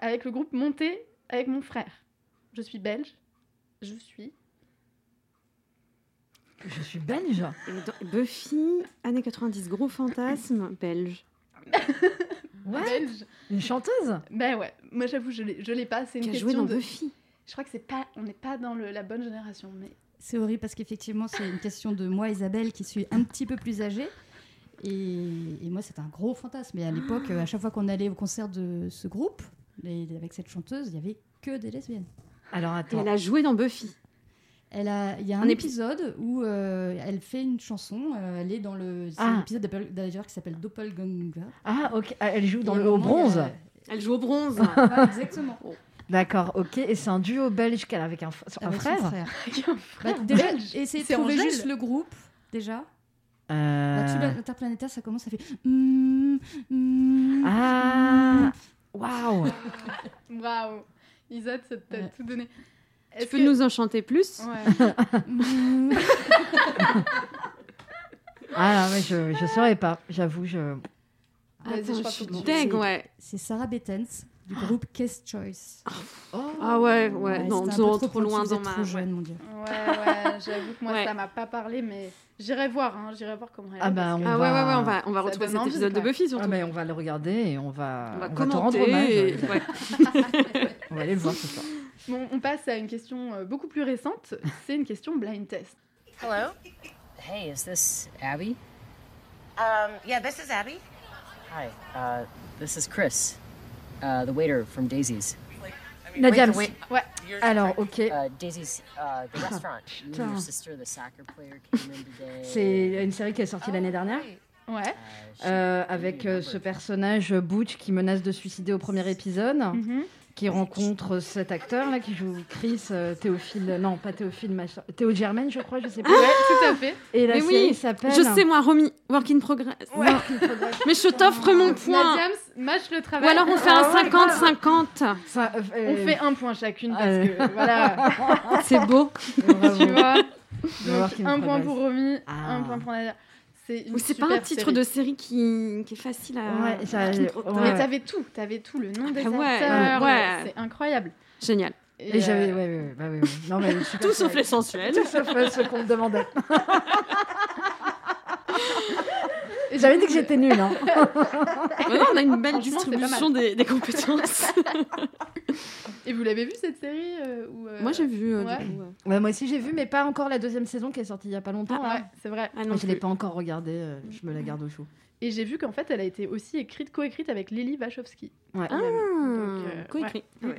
Speaker 2: avec le groupe Monté avec mon frère. Je suis belge. Je suis.
Speaker 5: Je suis belge
Speaker 3: Buffy, années 90, gros fantasme, belge.
Speaker 5: Ouais. Une chanteuse
Speaker 2: Ben ouais. Moi j'avoue, je l'ai je l'ai pas. C'est une
Speaker 3: Qui a
Speaker 2: question
Speaker 3: joué dans
Speaker 2: de.
Speaker 3: Buffy.
Speaker 2: Je crois que c'est pas. On n'est pas dans le- la bonne génération, mais.
Speaker 9: C'est horrible parce qu'effectivement, c'est une question de moi, Isabelle, qui suis un petit peu plus âgée. Et, et moi, c'était un gros fantasme. Et à l'époque, à chaque fois qu'on allait au concert de ce groupe, les- avec cette chanteuse, il n'y avait que des lesbiennes.
Speaker 5: Alors attends.
Speaker 3: Elle a joué dans Buffy.
Speaker 9: Elle a, il y a un,
Speaker 3: Un épi-
Speaker 9: épisode où euh, elle fait une chanson. euh, elle est dans le, c'est
Speaker 5: Ah.
Speaker 9: un épisode d'Appel- d'ailleurs qui s'appelle Doppelganger.
Speaker 5: Ah, ok. Ah, Elle joue dans
Speaker 9: Et
Speaker 5: le
Speaker 9: à un
Speaker 5: au
Speaker 9: moment, il y a-
Speaker 5: bronze.
Speaker 3: Elle joue au bronze.
Speaker 9: Ah,
Speaker 3: Oh.
Speaker 9: Voilà, exactement.
Speaker 5: D'accord, ok. Et c'est un duo belge qu'elle a avec un, f- un
Speaker 9: Avec son
Speaker 5: frère.
Speaker 9: frère.
Speaker 2: frère
Speaker 9: Bah, déjà,
Speaker 2: belge.
Speaker 9: essayez de
Speaker 2: C'est
Speaker 9: trouver
Speaker 2: Angèle.
Speaker 9: juste le groupe déjà. Bah,
Speaker 5: Euh,
Speaker 9: Là-dessus, l'interplanétaire, ça commence, ça fait. Mm, mm,
Speaker 5: Ah, waouh.
Speaker 2: Waouh Isa, ça t'a tout donné.
Speaker 3: Tu peux nous en chanter plus
Speaker 2: Ouais.
Speaker 5: Ah, non, mais je je saurais pas. J'avoue, je.
Speaker 3: Vas-y, je crois que
Speaker 9: suis
Speaker 3: tu dingue,
Speaker 9: c'est-
Speaker 3: ouais.
Speaker 9: C'est Sarah Bettens du groupe Case Choice.
Speaker 3: Ah ouais, ouais, non,
Speaker 9: c'était un
Speaker 3: non,
Speaker 9: peu
Speaker 3: trop loin
Speaker 9: pointu, vous
Speaker 3: dans
Speaker 9: êtes
Speaker 3: ma-
Speaker 9: trop
Speaker 3: ouais. Mm.
Speaker 9: jeune, mon dieu.
Speaker 2: Ouais, ouais, j'avoue que moi
Speaker 3: Ouais.
Speaker 2: ça m'a pas parlé, mais j'irai voir, hein, j'irai voir comment elle
Speaker 5: Ah
Speaker 2: est,
Speaker 5: bah
Speaker 2: parce
Speaker 5: on
Speaker 2: que-
Speaker 5: va.
Speaker 2: Ça donne envie, quand même.
Speaker 5: surtout. Ah, mais on va le regarder et on va.
Speaker 2: On va
Speaker 5: te rendre
Speaker 2: commenter
Speaker 5: hommage.
Speaker 2: et-
Speaker 5: Elisabeth. on va aller le voir ce soir.
Speaker 2: Bon, on passe à une question euh, beaucoup plus récente, c'est une question blind test.
Speaker 17: Hello? Hey, is this Abby? Um, yeah, this is Abby. Hi, uh, this is Chris, uh, the waiter from Daisy's.
Speaker 5: Nadia,
Speaker 17: Wait, wait.
Speaker 5: ouais. Alors, ok.
Speaker 17: Uh, Daisy's, uh, the
Speaker 5: Ah,
Speaker 17: restaurant. You and
Speaker 5: putain.
Speaker 17: your sister, the soccer player, came in today.
Speaker 5: C'est une série qui est sortie
Speaker 3: Ah,
Speaker 5: l'année dernière.
Speaker 2: Ouais.
Speaker 17: Uh,
Speaker 5: Euh, avec euh, ce personnage Butch qui menace de suicider au premier épisode,
Speaker 3: Mm-hmm.
Speaker 2: Mhm.
Speaker 5: qui rencontre cet acteur là qui joue Chris euh, Théophile, non pas Théophile, machin- Théo Germaine je crois, je sais pas.
Speaker 3: tout à
Speaker 2: fait.
Speaker 5: Et la
Speaker 3: Ah. Mais
Speaker 5: série
Speaker 3: oui,
Speaker 5: s'appelle.
Speaker 3: Je sais, moi, Romy, Work in Progress. Mais je t'offre mon point.
Speaker 2: Nadia, match le
Speaker 3: Ou
Speaker 2: travail.
Speaker 3: alors on fait un
Speaker 2: Ah ouais, grave.
Speaker 3: 50-50.
Speaker 5: euh,
Speaker 2: On fait un point chacune parce
Speaker 3: Euh.
Speaker 2: que voilà.
Speaker 3: C'est beau.
Speaker 2: tu vois.
Speaker 3: Le
Speaker 2: Donc
Speaker 3: Work in
Speaker 2: un point
Speaker 3: Progress.
Speaker 2: pour Romy,
Speaker 3: Ah.
Speaker 2: un point pour Nadia. C'est une
Speaker 3: Ou c'est pas un
Speaker 2: super
Speaker 3: titre
Speaker 2: série.
Speaker 3: de série qui, qui est facile à.
Speaker 2: Ouais, ça- euh,
Speaker 3: Work in Progress.
Speaker 2: Mais t'avais tout, t'avais tout, le nom des
Speaker 3: Ah ouais,
Speaker 2: acteurs, euh,
Speaker 3: ouais.
Speaker 2: c'est incroyable.
Speaker 3: Génial.
Speaker 5: Et j'avais, ouais, ouais, ouais, bah, ouais, ouais. Non, mais super
Speaker 3: Tout sauf
Speaker 5: série.
Speaker 3: l'essentiel.
Speaker 5: Tout sauf euh, ce qu'on me demandait. J'avais dit que j'étais nulle. Hein.
Speaker 3: Ouais, non, on a une belle
Speaker 2: Franchement, c'est pas
Speaker 3: distribution
Speaker 2: mal.
Speaker 3: des, des compétences.
Speaker 2: Et vous l'avez vu cette série euh, ou, euh,
Speaker 3: Moi, j'ai vu, euh, du
Speaker 2: ouais.
Speaker 3: coup,
Speaker 5: Ouais, Bah, moi aussi j'ai vu, mais pas encore la deuxième saison qui est sortie il y a pas longtemps.
Speaker 2: Ah
Speaker 5: là.
Speaker 2: ouais, c'est vrai. Mm.
Speaker 5: Moi, je l'ai pas encore regardée, euh, je me la garde au chaud.
Speaker 2: Et j'ai vu qu'en fait, elle a été aussi écrite, coécrite avec Lily Wachowski.
Speaker 5: Ouais.
Speaker 2: Ah,
Speaker 3: euh,
Speaker 2: Mm,
Speaker 3: coécrit. Ouais.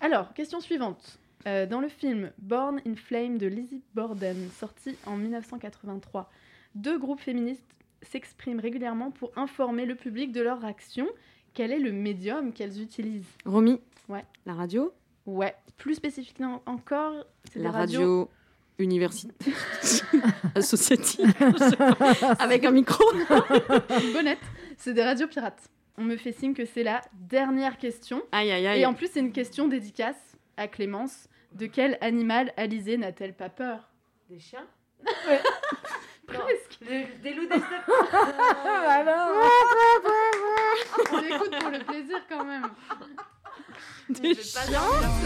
Speaker 2: Alors, question suivante. Euh, dans le film Born in Flame de Lizzie Borden, sorti en 1983, deux groupes féministes s'expriment régulièrement pour informer le public de leur action. Quel est le médium qu'elles utilisent
Speaker 3: Romy,
Speaker 2: Ouais.
Speaker 3: la radio
Speaker 2: Ouais. Plus spécifiquement encore, c'est
Speaker 3: La
Speaker 2: des radios-
Speaker 3: radio universitaire associative, je sais pas, avec un micro.
Speaker 2: Bonnette, c'est des radios pirates. On me fait signe que c'est la dernière question.
Speaker 3: Aïe, aïe, aïe.
Speaker 2: Et en plus, c'est une question dédicace à Clémence. De quel animal Alizée n'a-t-elle pas peur
Speaker 4: Des chiens
Speaker 2: Presque.
Speaker 4: Des loups des steppes.
Speaker 3: Ah,
Speaker 2: On écoute pour le plaisir quand même.
Speaker 4: Des chiens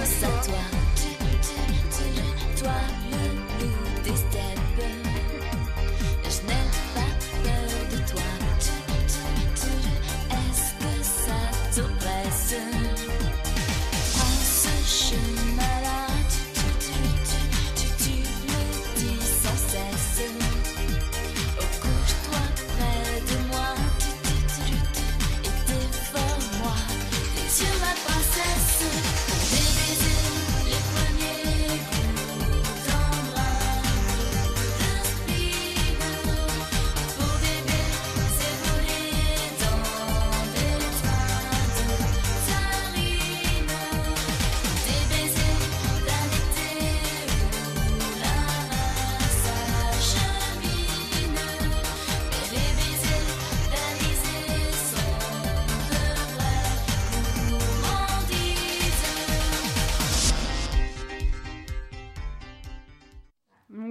Speaker 16: C'est à toi, tu, tu, tu, toi, le loup des steppes. Je n'ai pas peur de toi, tu, tu, tu, est-ce que ça t'oppresse En ce chemin-là, tu, tu, tu, tu, tu, tu me dis sans cesse. Oh, couche-toi près de moi, tu, tu, tu, tu, et dévore-moi. Les yeux, ma princesse, pour des baisers, les premiers coups d'envie.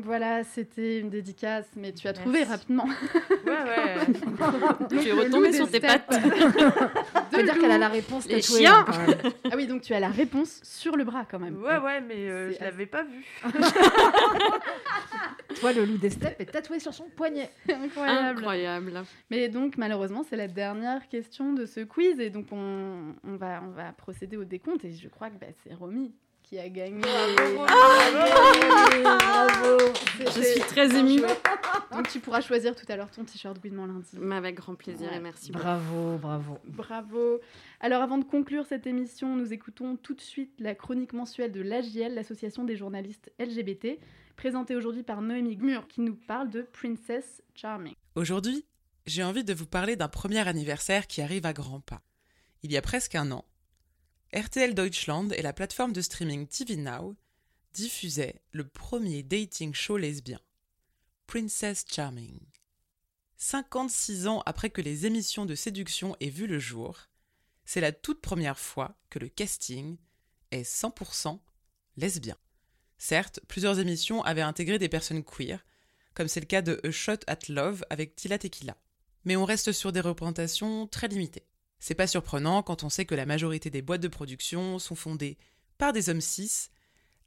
Speaker 2: voilà, c'était une dédicace, mais tu as
Speaker 4: Merci.
Speaker 2: trouvé rapidement.
Speaker 3: Tu es
Speaker 2: le
Speaker 3: retombée
Speaker 2: loup
Speaker 3: sur
Speaker 2: des
Speaker 3: tes
Speaker 2: steppes.
Speaker 3: pattes.
Speaker 2: De
Speaker 5: Faut dire
Speaker 2: loup.
Speaker 5: qu'elle a la réponse Les tatouée, hein, chiens. quand même.
Speaker 2: Ah oui, donc tu as la réponse sur le bras quand même.
Speaker 4: Ouais, ouais, mais euh, je l'avais pas vu.
Speaker 5: Toi, le loup des steppes est tatoué sur son poignet.
Speaker 2: Incroyable.
Speaker 3: Incroyable.
Speaker 2: Mais donc, malheureusement, c'est la dernière question de ce quiz. Et donc, on, on va, on va procéder au décompte. Et je crois que bah, c'est Romy qui a gagné.
Speaker 4: Bravo,
Speaker 2: Romy.
Speaker 4: Ah
Speaker 2: Bravo.
Speaker 3: Je
Speaker 2: C'était
Speaker 3: suis très
Speaker 2: bien
Speaker 3: émue.
Speaker 2: joué. Donc, tu pourras choisir tout à l'heure ton t-shirt Gouinement lundi.
Speaker 3: avec grand plaisir et merci beaucoup.
Speaker 5: Bravo, bravo.
Speaker 2: Bravo. Alors avant de conclure cette émission, nous écoutons tout de suite la chronique mensuelle de l'AJL, l'association des journalistes LGBT, présentée aujourd'hui par Noémie Gmur, qui nous parle de Princess Charming.
Speaker 18: Aujourd'hui, j'ai envie de vous parler d'un premier anniversaire qui arrive à grands pas. Il y a presque un an, RTL Deutschland et la plateforme de streaming TV Now diffusaient le premier dating show lesbien, Princess Charming. 56 ans après que les émissions de séduction aient vu le jour, c'est la toute première fois que le casting est 100% lesbien. Certes, plusieurs émissions avaient intégré des personnes queer, comme c'est le cas de A Shot at Love avec Tila Tequila. Mais on reste sur des représentations très limitées. C'est pas surprenant quand on sait que la majorité des boîtes de production sont fondées par des hommes cis,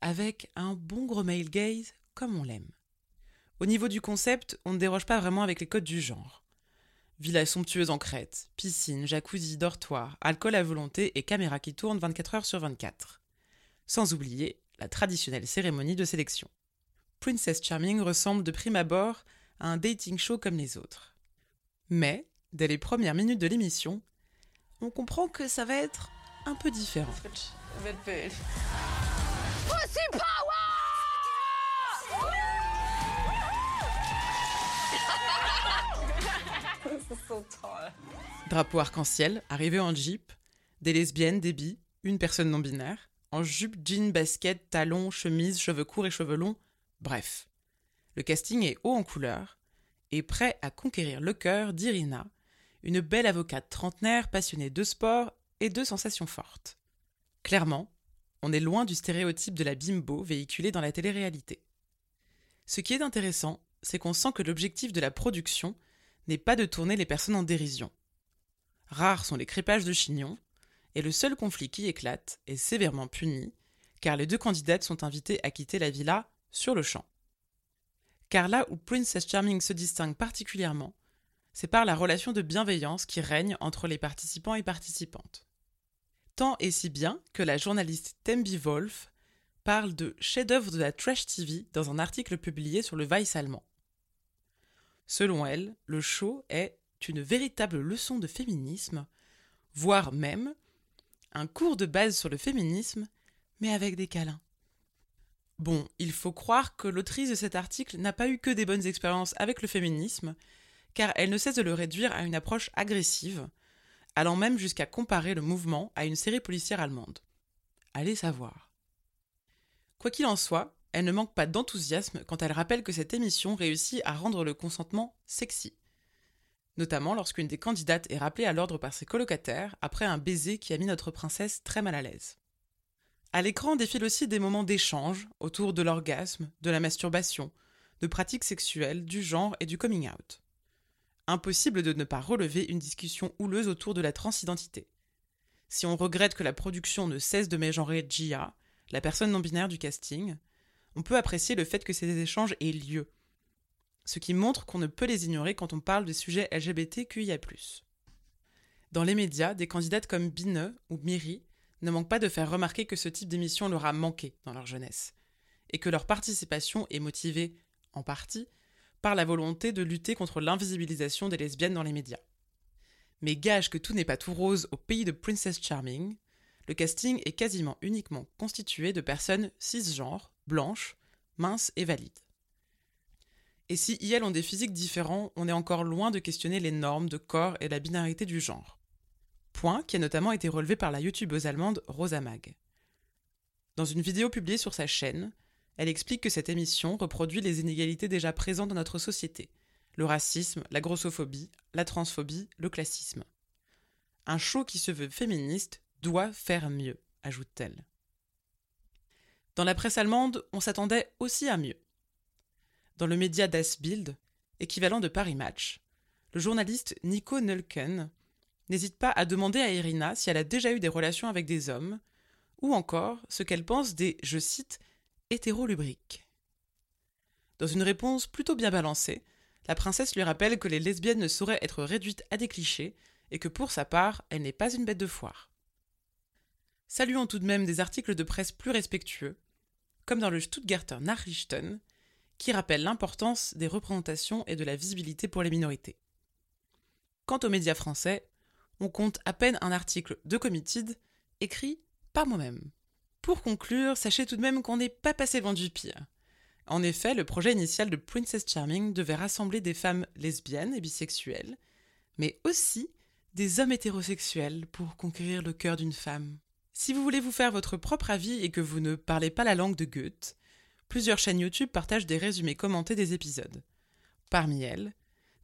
Speaker 18: avec un bon gros male gaze comme on l'aime. Au niveau du concept, on ne déroge pas vraiment avec les codes du genre. Villa somptueuse en crête, piscine, jacuzzi, dortoir, alcool à volonté et caméra qui tourne 24 heures sur 24. Sans oublier la traditionnelle cérémonie de sélection. Princess Charming ressemble de prime abord à un dating show comme les autres. Mais, dès les premières minutes de l'émission, on comprend que ça va être un peu différent.
Speaker 16: Pussy power! this is so tall.
Speaker 18: Drapeau arc-en-ciel, arrivé en jeep, des lesbiennes, des bi, une personne non-binaire, en jupe, jean, basket, talons, chemise, cheveux courts et cheveux longs, bref. Le casting est haut en couleur et prêt à conquérir le cœur d'Irina, une belle avocate trentenaire passionnée de sport et de sensations fortes. Clairement, on est loin du stéréotype de la bimbo véhiculée dans la télé-réalité. Ce qui est intéressant, c'est qu'on sent que l'objectif de la production n'est pas de tourner les personnes en dérision. Rares sont les crépages de chignon, et le seul conflit qui éclate est sévèrement puni, car les deux candidates sont invitées à quitter la villa sur le champ. Car là où Princess Charming se distingue particulièrement, c'est par la relation de bienveillance qui règne entre les participants et participantes. Tant et si bien que la journaliste Tembi Wolf parle de chef-d'œuvre de la Trash TV dans un article publié sur le Vice allemand. Selon elle, le show est une véritable leçon de féminisme, voire même un cours de base sur le féminisme, mais avec des câlins. Bon, il faut croire que l'autrice de cet article n'a pas eu que des bonnes expériences avec le féminisme, car elle ne cesse de le réduire à une approche agressive, allant même jusqu'à comparer le mouvement à une série policière allemande. Allez savoir. Quoi qu'il en soit, elle ne manque pas d'enthousiasme quand elle rappelle que cette émission réussit à rendre le consentement sexy. Notamment lorsqu'une des candidates est rappelée à l'ordre par ses colocataires après un baiser qui a mis notre princesse très mal à l'aise. À l'écran défilent aussi des moments d'échange autour de l'orgasme, de la masturbation, de pratiques sexuelles, du genre et du coming out. Impossible de ne pas relever une discussion houleuse autour de la transidentité. Si on regrette que la production ne cesse de mégenrer Gia, la personne non-binaire du casting, on peut apprécier le fait que ces échanges aient lieu, ce qui montre qu'on ne peut les ignorer quand on parle des sujets LGBTQIA+. Dans les médias, des candidates comme Bineux ou Miri ne manquent pas de faire remarquer que ce type d'émission leur a manqué dans leur jeunesse, et que leur participation est motivée, en partie, par la volonté de lutter contre l'invisibilisation des lesbiennes dans les médias. Mais gage que tout n'est pas tout rose au pays de Princess Charming, le casting est quasiment uniquement constitué de personnes cisgenres, blanches, minces et valides. Et si IL ont des physiques différents, on est encore loin de questionner les normes de corps et la binarité du genre. Point qui a notamment été relevé par la youtubeuse allemande Rosa Mag. Dans une vidéo publiée sur sa chaîne, elle explique que cette émission reproduit les inégalités déjà présentes dans notre société le racisme, la grossophobie, la transphobie, le classisme. Un show qui se veut féministe doit faire mieux, ajoute-t-elle. Dans la presse allemande, on s'attendait aussi à mieux. dans le média Das Bild, équivalent de Paris Match. Le journaliste Nico Nulken n'hésite pas à demander à Irina si elle a déjà eu des relations avec des hommes, ou encore ce qu'elle pense des, je cite, hétérolubriques. Dans une réponse plutôt bien balancée, la princesse lui rappelle que les lesbiennes ne sauraient être réduites à des clichés et que pour sa part, elle n'est pas une bête de foire. Saluons tout de même des articles de presse plus respectueux, comme dans le Stuttgarter Nachrichten, qui rappelle l'importance des représentations et de la visibilité pour les minorités. Quant aux médias français, on compte à peine un article de Committed écrit par moi-même. Pour conclure, sachez tout de même qu'on n'est pas passé loin du pire. En effet, le projet initial de Princess Charming devait rassembler des femmes lesbiennes et bisexuelles, mais aussi des hommes hétérosexuels pour conquérir le cœur d'une femme. Si vous voulez vous faire votre propre avis et que vous ne parlez pas la langue de Goethe, plusieurs chaînes YouTube partagent des résumés commentés des épisodes. Parmi elles,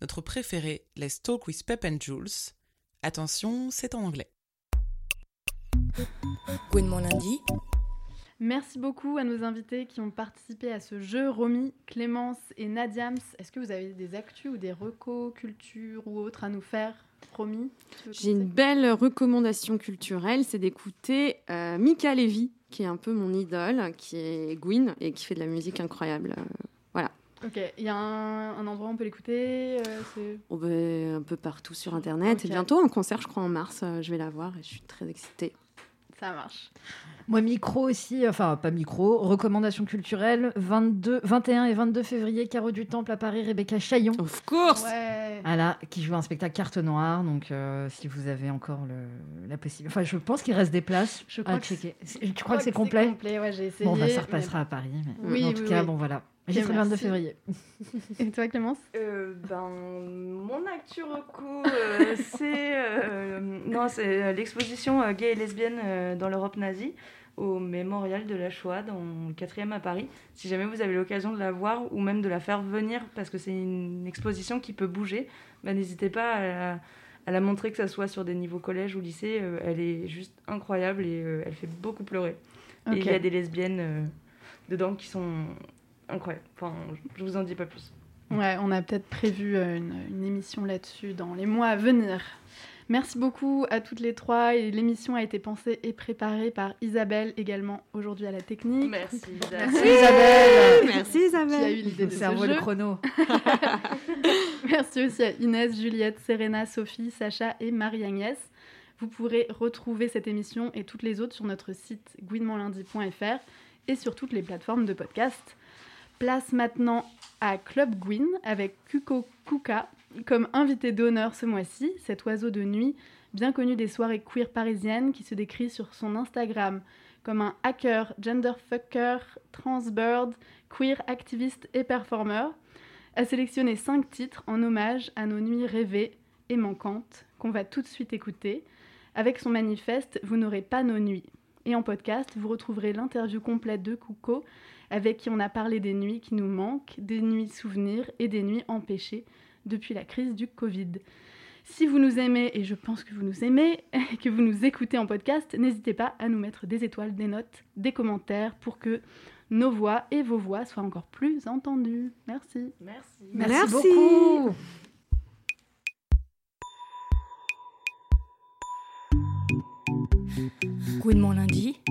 Speaker 18: notre préféré, Let's Talk with Pep and Jules. Attention, c'est en anglais.
Speaker 1: Gwen mon lundi.
Speaker 2: Merci beaucoup à nos invités qui ont participé à ce jeu, Romy, Clémence et Nadiams. Est-ce que vous avez des actus ou des recos, culture ou autres à nous faire Romy tu veux
Speaker 3: J'ai une
Speaker 2: commencer
Speaker 3: belle recommandation culturelle, c'est d'écouter euh, Mika Levy, qui est un peu mon idole, qui est Gwyn et qui fait de la musique incroyable. euh, voilà.
Speaker 2: Ok, il y a un, un endroit où on peut l'écouter euh, c'est-
Speaker 3: On va un peu partout sur Internet.
Speaker 2: Ok.
Speaker 3: Et bientôt, un concert, je crois, en mars. euh, je vais la voir et je suis très excitée.
Speaker 2: Ça marche.
Speaker 5: Moi, micro aussi, enfin pas micro, recommandation culturelle, 22, 21 et 22 février, Carreau du Temple à Paris, Rebecca Chaillon.
Speaker 3: Of course
Speaker 2: Ouais.
Speaker 5: Voilà, qui joue un spectacle carte noire, donc euh, si vous avez encore le, la possibilité. Enfin, je pense qu'il reste des places
Speaker 2: Je crois
Speaker 5: à
Speaker 2: que c'est-
Speaker 5: checker.
Speaker 2: je
Speaker 5: C'est- Tu
Speaker 2: crois
Speaker 5: crois
Speaker 2: que
Speaker 5: que c'est
Speaker 2: c'est
Speaker 5: complet,
Speaker 2: complet, ouais, j'ai
Speaker 5: Bon, bah,
Speaker 2: essayé,
Speaker 5: ça
Speaker 2: mais
Speaker 5: repassera à
Speaker 2: bon.
Speaker 5: Paris. Mais
Speaker 2: Oui,
Speaker 5: Mm, en tout
Speaker 2: oui,
Speaker 5: cas,
Speaker 2: oui.
Speaker 5: bon, voilà.
Speaker 2: Ok,
Speaker 5: J'y serai le 22
Speaker 2: merci.
Speaker 5: février.
Speaker 2: Et toi, Clémence
Speaker 4: Euh, ben, mon actu reco, euh, c'est euh, non, c'est euh, l'exposition euh, gay et lesbienne euh, dans l'Europe nazie au mémorial de la Shoah dans le 4e à Paris. Si jamais vous avez l'occasion de la voir ou même de la faire venir parce que c'est une exposition qui peut bouger, ben, n'hésitez pas à la, à la montrer que ça soit sur des niveaux collège ou lycée. euh, elle est juste incroyable et euh, elle fait beaucoup pleurer.
Speaker 2: Ok.
Speaker 4: Et il y a des lesbiennes euh, dedans qui sont incroyables. Enfin, je- je vous en dis pas plus.
Speaker 2: Ouais, on a peut-être prévu euh, une, une émission là-dessus dans les mois à venir. Merci beaucoup à toutes les trois. Et l'émission a été pensée et préparée par Isabelle également aujourd'hui à la technique.
Speaker 4: Merci Isabelle.
Speaker 2: Merci Isabelle.
Speaker 3: Merci, Isabelle.
Speaker 2: Qui a eu l'idée
Speaker 5: Faut
Speaker 2: de ce
Speaker 5: cerveau le
Speaker 2: jeu.
Speaker 5: chrono.
Speaker 2: Merci aussi à Inès, Juliette, Serena, Sophie, Sacha et Marie-Agnès. Vous pourrez retrouver cette émission et toutes les autres sur notre site guidementlundi.fr et sur toutes les plateformes de podcast. Place maintenant à Club Gwyn avec Kuko Kuka comme invité d'honneur ce mois-ci, cet oiseau de nuit bien connu des soirées queer parisiennes qui se décrit sur son Instagram comme un hacker, genderfucker, transbird, queer activiste et performeur a sélectionné cinq titres en hommage à nos nuits rêvées et manquantes qu'on va tout de suite écouter. Avec son manifeste Vous n'aurez pas nos nuits. Et en podcast, vous retrouverez l'interview complète de Couco avec qui on a parlé des nuits qui nous manquent, des nuits souvenirs et des nuits empêchées depuis la crise du Covid. Si vous nous aimez, et je pense que vous nous aimez, et que vous nous écoutez en podcast, n'hésitez pas à nous mettre des étoiles, des notes, des commentaires pour que nos voix et vos voix soient encore plus entendues. Merci.
Speaker 4: Merci.
Speaker 5: Merci beaucoup.
Speaker 1: Gwen mon lundi.